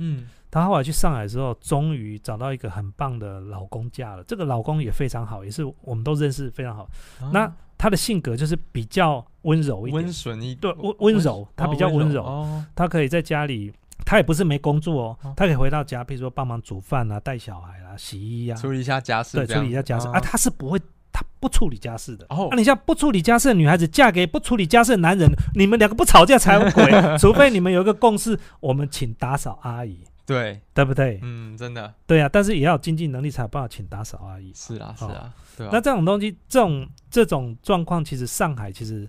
[SPEAKER 2] 嗯，
[SPEAKER 3] 他后来去上海之后，终于找到一个很棒的老公嫁了，这个老公也非常好，也是我们都认识非常好。那他的性格就是比较温柔一
[SPEAKER 2] 哦嗯温
[SPEAKER 3] 点，
[SPEAKER 2] 顺一
[SPEAKER 3] 对温温柔，他比较温柔，
[SPEAKER 2] 哦，
[SPEAKER 3] 他可以在家里。他也不是没工作哦
[SPEAKER 2] 哦，
[SPEAKER 3] 他可以回到家，比如说帮忙煮饭啊、带小孩啊、洗衣啊，
[SPEAKER 2] 处理一下家事，
[SPEAKER 3] 对，处理一下家事、啊，
[SPEAKER 2] 啊，
[SPEAKER 3] 她是不会，她不处理家事的。
[SPEAKER 2] 哦
[SPEAKER 3] 那、你像不处理家事的女孩子嫁给不处理家事的男人，你们两个不吵架才有 鬼，除非你们有一个共识，我们请打扫阿姨，
[SPEAKER 2] 对，
[SPEAKER 3] 对不对？
[SPEAKER 2] 嗯，真的
[SPEAKER 3] 对啊，但是也要有经济能力才有办法请打扫阿姨。
[SPEAKER 2] 是啊是啊，对啊，
[SPEAKER 3] 那这种东西，这种这种状况，其实上海其实。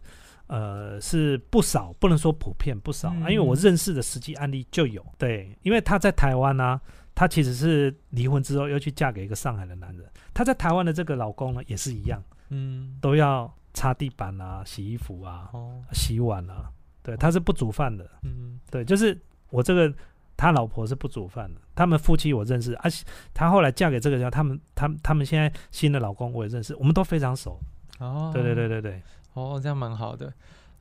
[SPEAKER 3] 呃，是不少，不能说普遍不少、啊，因为我
[SPEAKER 2] 嗯
[SPEAKER 3] 认识的实际案例就有。对，因为她在台湾呢、她其实是离婚之后又去嫁给一个上海的男人，她在台湾的这个老公呢也是一样，
[SPEAKER 2] 嗯，
[SPEAKER 3] 都要擦地板啊、洗衣服啊、
[SPEAKER 2] 哦，
[SPEAKER 3] 洗碗啊。对，他是不煮饭的。
[SPEAKER 2] 嗯
[SPEAKER 3] 对，就是我这个他老婆是不煮饭的。他们夫妻我认识，而、且他后来嫁给这个人，他们他们他们现在新的老公我也认识，我们都非常熟。
[SPEAKER 2] 哦，
[SPEAKER 3] 对对对，对对，
[SPEAKER 2] 哦，这样蛮好的。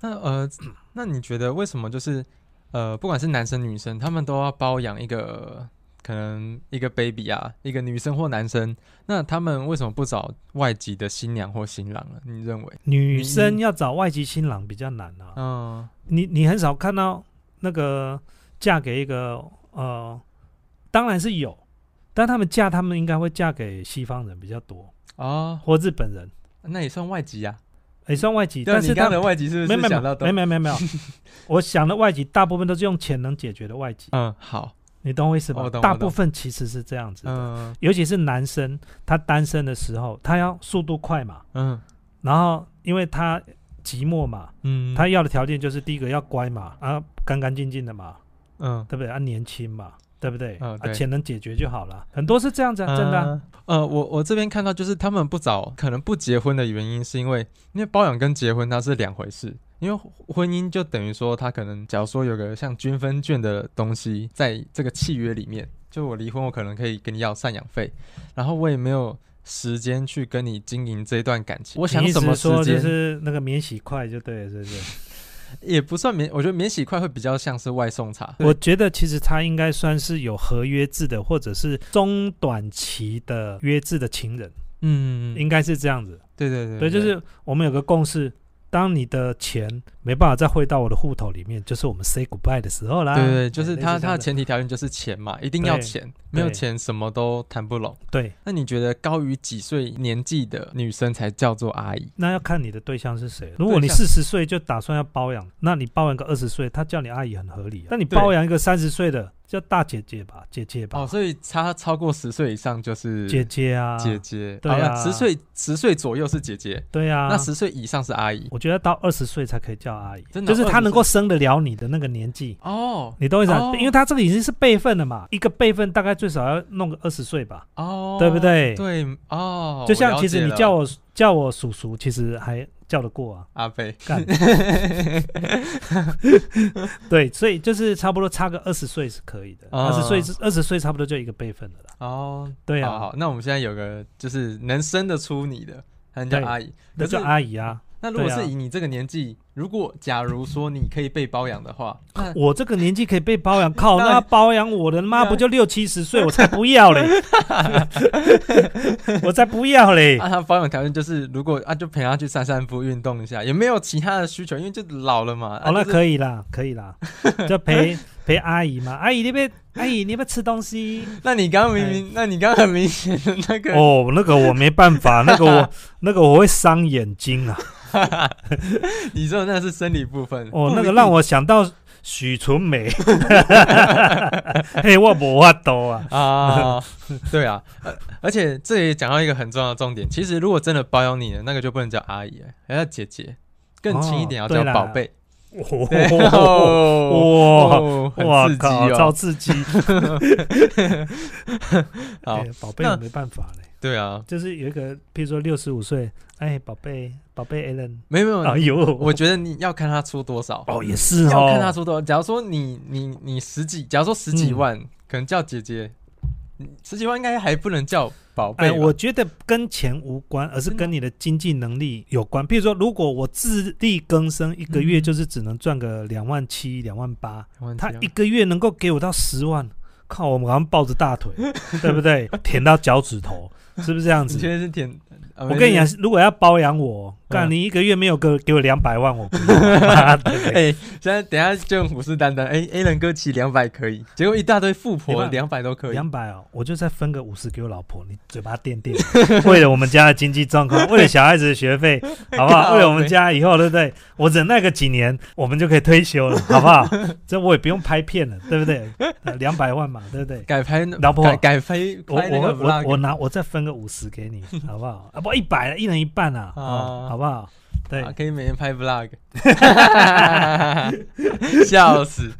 [SPEAKER 2] 那呃，那你觉得为什么就是呃，不管是男生女生，他们都要包养一个？可能一个 baby 啊，一个女生或男生，那他们为什么不找外籍的新娘或新郎呢？你认为？
[SPEAKER 3] 女生要找外籍新郎比较难啊，
[SPEAKER 2] 嗯，
[SPEAKER 3] 你你很少看到那个嫁给一个呃，当然是有，但他们嫁他们应该会嫁给西方人比较多，
[SPEAKER 2] 哦，
[SPEAKER 3] 或日本人
[SPEAKER 2] 那也算外籍啊。
[SPEAKER 3] 也算外籍，
[SPEAKER 2] 对啊，
[SPEAKER 3] 但
[SPEAKER 2] 你
[SPEAKER 3] 是
[SPEAKER 2] 刚
[SPEAKER 3] 他
[SPEAKER 2] 刚的
[SPEAKER 3] 们
[SPEAKER 2] 外籍是不
[SPEAKER 3] 没
[SPEAKER 2] 是
[SPEAKER 3] 没
[SPEAKER 2] 想到
[SPEAKER 3] 没
[SPEAKER 2] 东？
[SPEAKER 3] 没 没没有，我想的外籍大部分都是用钱能解决的外籍，
[SPEAKER 2] 嗯，好，
[SPEAKER 3] 你懂我意思
[SPEAKER 2] 我
[SPEAKER 3] 吗？
[SPEAKER 2] 哦懂我
[SPEAKER 3] 大部
[SPEAKER 2] 懂
[SPEAKER 3] 分其实是这样子的，
[SPEAKER 2] 嗯
[SPEAKER 3] 尤其是男生他单身的时候，他要速度快嘛，
[SPEAKER 2] 嗯
[SPEAKER 3] 然后因为他寂寞嘛，
[SPEAKER 2] 嗯，
[SPEAKER 3] 他要的条件就是第一个要乖嘛，啊，干干净净的嘛，
[SPEAKER 2] 嗯
[SPEAKER 3] 对不对？啊，年轻嘛，对不对？
[SPEAKER 2] 嗯
[SPEAKER 3] 啊，
[SPEAKER 2] 对
[SPEAKER 3] 钱能解决就好了，很多是这样子、啊，真的啊、
[SPEAKER 2] 呃，我我这边看到就是他们不找，可能不结婚的原因是因为，因为包养跟结婚它是两回事。因为婚婚姻就等于说，他可能假如说有个像均分券的东西在这个契约里面，就我离婚，我可能可以跟你要赡养费，然后我也没有时间去跟你经营这段感情。我
[SPEAKER 3] 你
[SPEAKER 2] 想
[SPEAKER 3] 意
[SPEAKER 2] 什
[SPEAKER 3] 思
[SPEAKER 2] 么时
[SPEAKER 3] 说就
[SPEAKER 2] 间、
[SPEAKER 3] 是那个免洗筷就对了，是不 是？
[SPEAKER 2] 也不算免，我觉得免洗筷会比较像是外送茶。
[SPEAKER 3] 我觉得其实他应该算是有合约制的，或者是中短期的约制的情人，
[SPEAKER 2] 嗯，
[SPEAKER 3] 应该是这样子。
[SPEAKER 2] 对对对
[SPEAKER 3] 对，就是我们有个共识，当你的钱没办法再汇到我的户头里面，就是我们 say goodbye 的时候啦。
[SPEAKER 2] 对对，就
[SPEAKER 3] 哎
[SPEAKER 2] 是
[SPEAKER 3] 类似
[SPEAKER 2] 他
[SPEAKER 3] 这
[SPEAKER 2] 他
[SPEAKER 3] 样
[SPEAKER 2] 的
[SPEAKER 3] 子
[SPEAKER 2] 前提条件就是钱嘛，一定要
[SPEAKER 3] 对
[SPEAKER 2] 钱，没有
[SPEAKER 3] 对
[SPEAKER 2] 钱什么都谈不拢。
[SPEAKER 3] 对，
[SPEAKER 2] 那你觉得高于几岁年纪的女生才叫做阿姨？
[SPEAKER 3] 那要看你的对象是谁。如果
[SPEAKER 2] 对
[SPEAKER 3] 你
[SPEAKER 2] 象
[SPEAKER 3] 四十岁就打算要包养，那你包养个二十岁，他叫你阿姨很合理、啊。那你
[SPEAKER 2] 对
[SPEAKER 3] 包养一个三十岁的，叫大姐姐吧，姐姐吧，
[SPEAKER 2] 哦，所以差超过十岁以上就是
[SPEAKER 3] 姐姐啊，
[SPEAKER 2] 姐姐，哦
[SPEAKER 3] 对啊
[SPEAKER 2] 十岁十岁左右是姐姐，
[SPEAKER 3] 对啊。
[SPEAKER 2] 那十岁以上是阿姨。
[SPEAKER 3] 我觉得到二十岁才可以叫阿姨，
[SPEAKER 2] 真的
[SPEAKER 3] 就是她
[SPEAKER 2] 20
[SPEAKER 3] 能够生得了你的那个年纪。
[SPEAKER 2] 哦
[SPEAKER 3] 你懂我意思啊？
[SPEAKER 2] 哦
[SPEAKER 3] 因为她这个已经是辈分了嘛，一个辈分大概最少要弄个二十岁吧，
[SPEAKER 2] 哦，
[SPEAKER 3] 对不？对？
[SPEAKER 2] 对哦，
[SPEAKER 3] 就像其实你叫
[SPEAKER 2] 我了
[SPEAKER 3] 我叫我叔叔，其实还叫得过啊。
[SPEAKER 2] 解了阿 飞，
[SPEAKER 3] 干，对，所以就是差不多差个二十岁是可以的，
[SPEAKER 2] 啊
[SPEAKER 3] 二十岁是二十岁差不多就一个辈分了啦。
[SPEAKER 2] 哦，
[SPEAKER 3] 对
[SPEAKER 2] 好
[SPEAKER 3] 啊，
[SPEAKER 2] 好，那我们现在有个就是能生得出你的，她叫
[SPEAKER 3] 对
[SPEAKER 2] 阿姨。
[SPEAKER 3] 那
[SPEAKER 2] 可是
[SPEAKER 3] 就阿姨啊。
[SPEAKER 2] 那如果
[SPEAKER 3] 对啊
[SPEAKER 2] 是以你这个年纪，如果假如说你可以被包养的 话，那
[SPEAKER 3] 我这个年纪可以被 包养，靠，
[SPEAKER 2] 那
[SPEAKER 3] 那包养我的
[SPEAKER 2] 那
[SPEAKER 3] 妈不就六七十岁，我才不要 嘞，我才不要嘞。
[SPEAKER 2] 啊，他保养条件就是，如果啊，就陪他去散散步、运动一下，也没有其他的需求，因为就老了嘛。啊
[SPEAKER 3] 哦好，那
[SPEAKER 2] 就是
[SPEAKER 3] 可以啦，可以啦，就陪 陪阿姨嘛。阿姨你别，阿姨你别吃东西。
[SPEAKER 2] 那你刚刚明明，那你刚刚很明显的那个，
[SPEAKER 3] 哎哦，那个我没办法，那个我那个我会伤眼睛啊。
[SPEAKER 2] 你说的那是生理部分
[SPEAKER 3] 哦，那个让我想到许纯美， 嘿，我无法度啊。
[SPEAKER 2] 啊，对啊，呃而且这也讲到一个很重要的重点，其实如果真的包养你的，那个就不能叫阿姨了，还要姐姐，更亲一点要
[SPEAKER 3] 哦
[SPEAKER 2] 叫
[SPEAKER 3] 对啦
[SPEAKER 2] 宝贝。
[SPEAKER 3] 哦
[SPEAKER 2] 对
[SPEAKER 3] 哇哇
[SPEAKER 2] 哦很
[SPEAKER 3] 哇
[SPEAKER 2] 刺激
[SPEAKER 3] 靠，超
[SPEAKER 2] 哦。
[SPEAKER 3] 刺 激！
[SPEAKER 2] 好
[SPEAKER 3] 哎，宝贝，
[SPEAKER 2] 那
[SPEAKER 3] 我没办法嘞。
[SPEAKER 2] 对啊，
[SPEAKER 3] 就是有一个，譬如说六十五岁，哎，宝贝，宝贝 Allen，
[SPEAKER 2] 没有没
[SPEAKER 3] 哎
[SPEAKER 2] 有，
[SPEAKER 3] 呦，
[SPEAKER 2] 我觉得你要看他出多少。
[SPEAKER 3] 哦也是
[SPEAKER 2] 要看他
[SPEAKER 3] 哦，
[SPEAKER 2] 出多少。假如说你你你十几，假如说十几
[SPEAKER 3] 嗯
[SPEAKER 2] 万，可能叫姐姐，嗯十几万应该还不能叫宝贝
[SPEAKER 3] 哎，
[SPEAKER 2] 吧。
[SPEAKER 3] 我觉得跟钱无关，而是
[SPEAKER 2] 真的
[SPEAKER 3] 跟你的经济能力有关。譬如说，如果我自力更生，一个月
[SPEAKER 2] 嗯
[SPEAKER 3] 就是只能赚个两万七、两万八，
[SPEAKER 2] 忘记
[SPEAKER 3] 他
[SPEAKER 2] 了
[SPEAKER 3] 一个月能够给我到十万，靠，我们好像抱着 大腿，对不对？舔到脚趾头，是不是这样
[SPEAKER 2] 你觉
[SPEAKER 3] 子？
[SPEAKER 2] 得是挺？呃
[SPEAKER 3] 我跟
[SPEAKER 2] 没
[SPEAKER 3] 你，讲
[SPEAKER 2] 事，
[SPEAKER 3] 如果要包养我，干
[SPEAKER 2] 嗯
[SPEAKER 3] 你一个月没有给给我两百万，我不要妈的
[SPEAKER 2] 哎，现在等一下就虎视眈眈。哎，A 人哥骑两百可以，结果一大堆富
[SPEAKER 3] 没
[SPEAKER 2] 婆
[SPEAKER 3] 办法
[SPEAKER 2] 两百都可以。
[SPEAKER 3] 两百哦，我就再分个五十给我老婆，你嘴巴垫垫。为了我们家的经济状况，为了小孩子的 学费，好不
[SPEAKER 2] 靠
[SPEAKER 3] 好？
[SPEAKER 2] 北
[SPEAKER 3] 为了我们家以后，对不对？我忍耐个几年，我们就可以退休了，好不好？这我也不用拍片了，对不对？两百万嘛，对不对？
[SPEAKER 2] 改拍
[SPEAKER 3] 老婆
[SPEAKER 2] 改改拍
[SPEAKER 3] 我
[SPEAKER 2] 拍那
[SPEAKER 3] 我
[SPEAKER 2] 个
[SPEAKER 3] 我我
[SPEAKER 2] vlog
[SPEAKER 3] 拿我再分个五十 给你，好不好？啊，不一百，一人一半啊，
[SPEAKER 2] 啊
[SPEAKER 3] 哦好不好？对
[SPEAKER 2] 啊，，可以每天拍 vlog，笑死！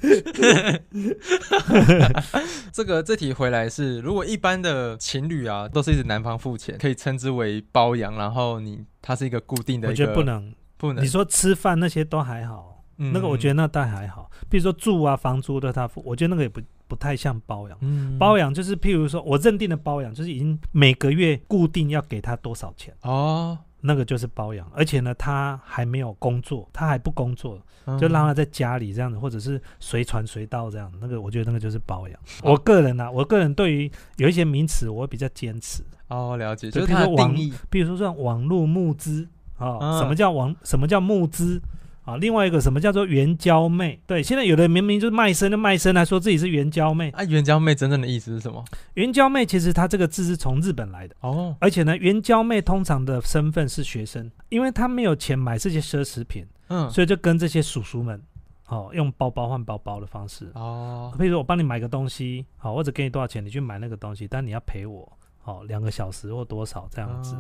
[SPEAKER 2] 这个这题回来是，如果一般的情侣啊，都是一直男方付钱，可以称之为包养，然后你它是一个固定的
[SPEAKER 3] 我
[SPEAKER 2] 一
[SPEAKER 3] 觉
[SPEAKER 2] 个，
[SPEAKER 3] 得不能。
[SPEAKER 2] 不能
[SPEAKER 3] 你，说吃饭那些都还好，
[SPEAKER 2] 嗯
[SPEAKER 3] 那个我觉得，那倒还好。比如说住啊、房租的他付，我觉得那个也不不太像包养。
[SPEAKER 2] 嗯
[SPEAKER 3] 包养就是譬如说，我认定的包养就是已经每个月固定要给他多少钱，
[SPEAKER 2] 哦，
[SPEAKER 3] 那个就是包养，而且呢，他还没有工作，他还不工作，
[SPEAKER 2] 嗯
[SPEAKER 3] 就让他在家里这样子，或者是随传随到这样，那个我觉得那个就是包养。我个人呢、啊我个人对于有一些名词我会比较坚持，
[SPEAKER 2] 哦，了解，
[SPEAKER 3] 对
[SPEAKER 2] 就是
[SPEAKER 3] 譬如
[SPEAKER 2] 它的
[SPEAKER 3] 说网
[SPEAKER 2] 定义
[SPEAKER 3] 比如说像网络募资啊，
[SPEAKER 2] 嗯
[SPEAKER 3] 什么叫网，什么叫募资啊？另外一个什么叫做援交妹？对，现在有的明明就是卖身的卖身，还啊说自己是援交妹。
[SPEAKER 2] 啊，援交妹真正的意思是什么？
[SPEAKER 3] 援交妹其实它这个字是从日本来的。
[SPEAKER 2] 哦，
[SPEAKER 3] 而且呢，援交妹通常的身份是学生，因为她没有钱买这些奢侈品，
[SPEAKER 2] 嗯，
[SPEAKER 3] 所以就跟这些叔叔们，哦，用包包换包包的方式，
[SPEAKER 2] 哦，
[SPEAKER 3] 比如说我帮你买个东西，好、或者给你多少钱，你去买那个东西，但你要陪我，哦，两个小时或多少
[SPEAKER 2] 这
[SPEAKER 3] 这样子。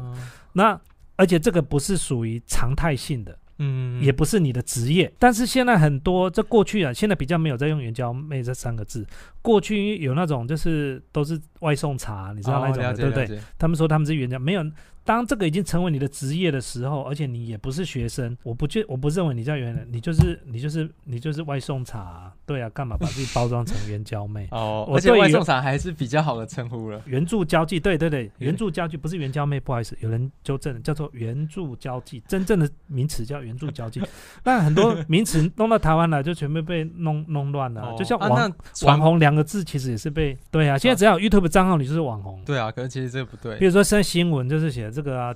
[SPEAKER 3] 那而且这个不是属于常态性的，
[SPEAKER 2] 嗯，
[SPEAKER 3] 也不是你的职业。但是现在很多，这过去啊，现在比较没有在用“援交妹”这三个字。过去有那种就是都是外送茶，你
[SPEAKER 2] 你
[SPEAKER 3] 知道那种的，对不对？？
[SPEAKER 2] 哦了解？
[SPEAKER 3] 他们说他们是援交，没有。当这个已经成为你的职业的时候，而且你也不是学生，我不觉我不认为你叫援人，你就是你就是你就是外送茶啊、对啊，干嘛把自己包装成援交妹
[SPEAKER 2] 哦，
[SPEAKER 3] 我
[SPEAKER 2] 而且
[SPEAKER 3] 对于
[SPEAKER 2] 外送茶还是比较好的称呼了。
[SPEAKER 3] 援助交际，对对对，援助交际不是援交妹，不好意思，有人纠正了，叫做援助交际，真正的名词叫援助交际。但很多名词弄到台湾来，就全部被弄弄乱了啊、
[SPEAKER 2] 哦
[SPEAKER 3] 就像
[SPEAKER 2] 啊
[SPEAKER 3] 网、
[SPEAKER 2] 那
[SPEAKER 3] 网
[SPEAKER 2] 传
[SPEAKER 3] 红两个字，其实也是被对啊，现在只要有 YouTube 账号，你就是网红。
[SPEAKER 2] 对啊，可是其实这个不对
[SPEAKER 3] 比。如说现在新闻就是写这个啊，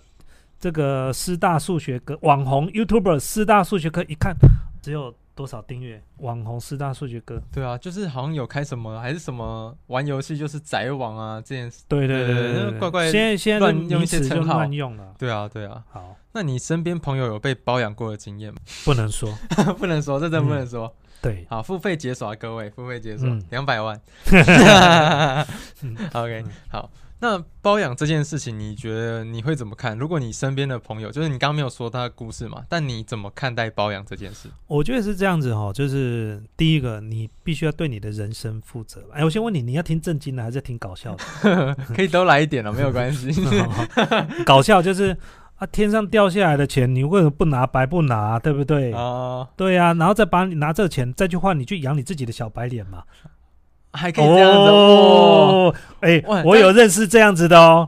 [SPEAKER 3] 这个师大数学科网红 YouTuber 师大数学科，一看只有多少订阅，网红师大数学科，
[SPEAKER 2] 对啊，就是好像有开什么还是什么玩游戏，就是宅网啊这件事。
[SPEAKER 3] 对对
[SPEAKER 2] 对
[SPEAKER 3] 对
[SPEAKER 2] 那
[SPEAKER 3] 对
[SPEAKER 2] 个怪怪
[SPEAKER 3] 现在现在
[SPEAKER 2] 乱
[SPEAKER 3] 这
[SPEAKER 2] 用
[SPEAKER 3] 名
[SPEAKER 2] 一些
[SPEAKER 3] 词就
[SPEAKER 2] 称号
[SPEAKER 3] 乱用了。
[SPEAKER 2] 对啊，对啊。
[SPEAKER 3] 好，
[SPEAKER 2] 那你身边朋友有被包养过的经验吗？
[SPEAKER 3] 不能说
[SPEAKER 2] 不能说，这真的不能说。
[SPEAKER 3] 对，
[SPEAKER 2] 好，付费解锁啊，各位，付费解锁
[SPEAKER 3] 嗯
[SPEAKER 2] 两百万。
[SPEAKER 3] 嗯
[SPEAKER 2] OK，
[SPEAKER 3] 嗯
[SPEAKER 2] 好。那包养这件事情，你觉得你会怎么看？如果你身边的朋友，就是你刚刚没有说他的故事嘛，但你怎么看待包养这件事？
[SPEAKER 3] 我觉得是这样子哈、哦，就是第一个，你必须要对你的人生负责。哎，我先问你，你要听正经的还是听 搞笑的？
[SPEAKER 2] 可以都来一点了，没有关 系。
[SPEAKER 3] 搞笑就是啊，天上掉下来的钱，你为什么不拿？白不拿、啊对不对？
[SPEAKER 2] 哦，
[SPEAKER 3] 对呀、然后再把你拿这钱再去换，你去养你自己的小白脸嘛。
[SPEAKER 2] 还可以这样子哦。
[SPEAKER 3] 哦，哎、
[SPEAKER 2] 哇
[SPEAKER 3] 我有认识这样子 的哦，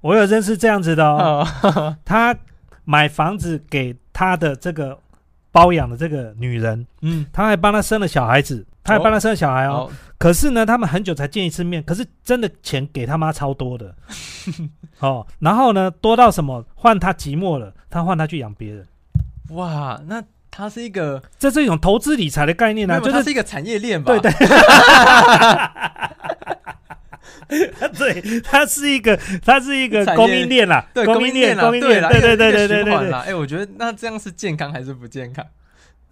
[SPEAKER 3] 我有认识这样子的哦。
[SPEAKER 2] 哦
[SPEAKER 3] 他买房子给他的这个包养的这个女人，
[SPEAKER 2] 嗯，
[SPEAKER 3] 他还帮她生了小孩子，他还帮她生了小孩哦。
[SPEAKER 2] 好，
[SPEAKER 3] 可是呢，他们很久才见一次面，可是真的钱给他妈超 多的。哦，然后呢，多到什么换他寂寞了，他换他去养别人，
[SPEAKER 2] 哇，那它是一个，
[SPEAKER 3] 这是一种投资理财的概念
[SPEAKER 2] 没
[SPEAKER 3] 啊，
[SPEAKER 2] 有
[SPEAKER 3] 就
[SPEAKER 2] 它
[SPEAKER 3] 是
[SPEAKER 2] 是一个产业链吧？
[SPEAKER 3] 对对， 对，它是一个，它是一个
[SPEAKER 2] 产业
[SPEAKER 3] 供应链啦，
[SPEAKER 2] 对
[SPEAKER 3] 供应链，
[SPEAKER 2] 啦
[SPEAKER 3] 供应
[SPEAKER 2] 对
[SPEAKER 3] 链，
[SPEAKER 2] 啦
[SPEAKER 3] 对对
[SPEAKER 2] 一个
[SPEAKER 3] 对
[SPEAKER 2] 一个
[SPEAKER 3] 对对
[SPEAKER 2] 循环
[SPEAKER 3] 对对，
[SPEAKER 2] 啦。哎，我觉得那这样是健康还是不健康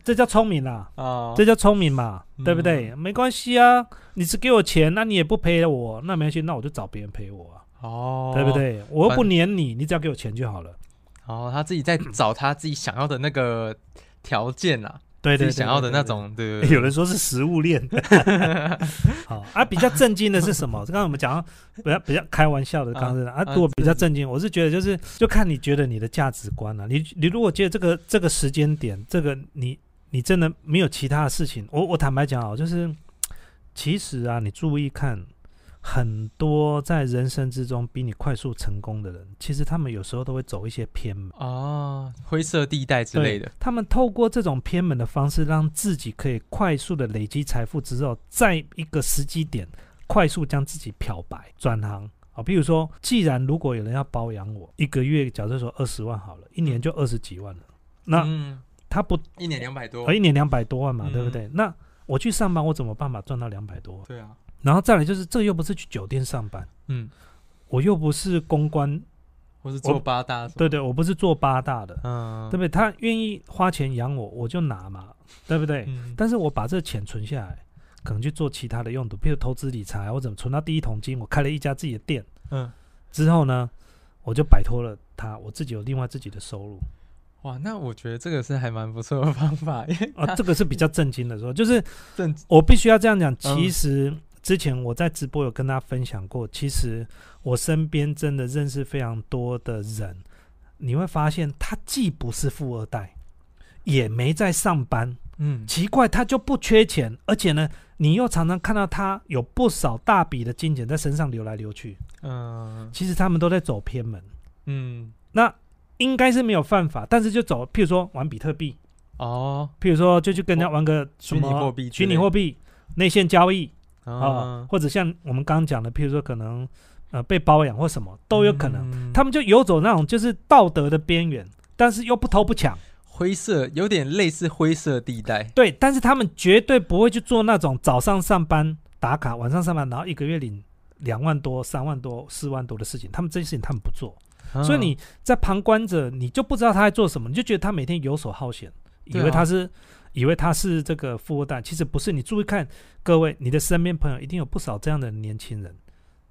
[SPEAKER 3] 这叫聪明啦，
[SPEAKER 2] 啊？
[SPEAKER 3] 这叫聪明嘛，
[SPEAKER 2] 嗯
[SPEAKER 3] 对不对？没关系啊，你只给我钱，那你也不陪我，那没关系，那我就找别人陪我啊，
[SPEAKER 2] 哦，
[SPEAKER 3] 对不？对？我又不
[SPEAKER 2] 反
[SPEAKER 3] 黏你，你只要给我钱就好了。
[SPEAKER 2] 哦，他自己在找他自己想要的那个条件啦，
[SPEAKER 3] 对
[SPEAKER 2] 自
[SPEAKER 3] 对，
[SPEAKER 2] 己
[SPEAKER 3] 对
[SPEAKER 2] 想要的那。
[SPEAKER 3] 对对对
[SPEAKER 2] 种，对
[SPEAKER 3] 欸
[SPEAKER 2] 对对。
[SPEAKER 3] 有人说是食物 链，好啊，比较震惊的是什么？刚才我们讲到比较比较开玩笑的，
[SPEAKER 2] 啊
[SPEAKER 3] 刚才啊，
[SPEAKER 2] 啊
[SPEAKER 3] 如果比较震惊，我是觉得就是就看你觉得你的价值观啊，你你如果觉得这个这个时间点，这个你你真的没有其他的事情，我我坦白讲啊，就是其实啊，你注意看。很多在人生之中比你快速成功的人，其实他们有时候都会走一些偏门。
[SPEAKER 2] 哦，灰色地带之
[SPEAKER 3] 对
[SPEAKER 2] 类的，
[SPEAKER 3] 他们透过这种偏门的方式，让自己可以快速的累积财富之后，在一个时机点快速将自己漂白转行。啊，比如说，既然如果有人要包养我，一个月假设说二十万好了，一年就二十几万了，那
[SPEAKER 2] 嗯，
[SPEAKER 3] 他不，
[SPEAKER 2] 一年两百多
[SPEAKER 3] 呃，，一年两百多万嘛，
[SPEAKER 2] 嗯
[SPEAKER 3] 对不对？那我去上班，我怎么办法赚到两百多万？
[SPEAKER 2] 对啊，
[SPEAKER 3] 然后再来就是，这又不是去酒店上班，
[SPEAKER 2] 嗯，
[SPEAKER 3] 我又不是公关，
[SPEAKER 2] 或是
[SPEAKER 3] 我
[SPEAKER 2] 做八大什么，
[SPEAKER 3] 对对，我不是做八大的，
[SPEAKER 2] 嗯，
[SPEAKER 3] 对不对？他愿意花钱养我，我就拿嘛，对不对？
[SPEAKER 2] 嗯，
[SPEAKER 3] 但是我把这钱存下来，可能去做其他的用途，比如投资理财，啊我怎么存到第一桶金？我开了一家自己的店
[SPEAKER 2] 嗯，
[SPEAKER 3] 之后呢，我就摆脱了它，我自己有另外自己的收入
[SPEAKER 2] 哇，那我觉得这个是还蛮不错的方法，因为
[SPEAKER 3] 啊，这 个是比较震惊的说，就是
[SPEAKER 2] 正
[SPEAKER 3] 我必须要这样讲。其实之前我在直播有跟大家分享过，其实我身边真的认识非常多的人，你会发现他既不是富二代，也没在上班，
[SPEAKER 2] 嗯
[SPEAKER 3] 奇怪，他就不缺钱，而且呢，你又常常看到他有不少大笔的金钱在身上流来流去。
[SPEAKER 2] 嗯
[SPEAKER 3] 其实他们都在走偏门。
[SPEAKER 2] 嗯，
[SPEAKER 3] 那应该是没有犯法，但是就走，譬如说玩比特币，
[SPEAKER 2] 哦，
[SPEAKER 3] 譬如说就去跟人家玩个什么
[SPEAKER 2] 虚拟货币之
[SPEAKER 3] 虚
[SPEAKER 2] 类
[SPEAKER 3] 拟货币内线交易啊、
[SPEAKER 2] 啊，
[SPEAKER 3] 或者像我们刚刚讲的，譬如说可能呃被包养或什么都有可能。
[SPEAKER 2] 能
[SPEAKER 3] 他们就游走那种就是道德的边缘，但是又不偷不抢，
[SPEAKER 2] 灰色有点类似灰色地带，
[SPEAKER 3] 对，但是他们绝对不会去做那种早上上班打卡，晚上上班，然后一个月领两万多、三万多、四万多的事情，他们这些事情他们不做，所以
[SPEAKER 2] 嗯
[SPEAKER 3] 你在旁观者，你就不知道他在做什么，你就觉得他每天游手好闲，以
[SPEAKER 2] 对啊
[SPEAKER 3] 为他是。以为他是这个富二代，其实不是。你注意看，各位，你的身边朋友一定有不少这样的年轻人，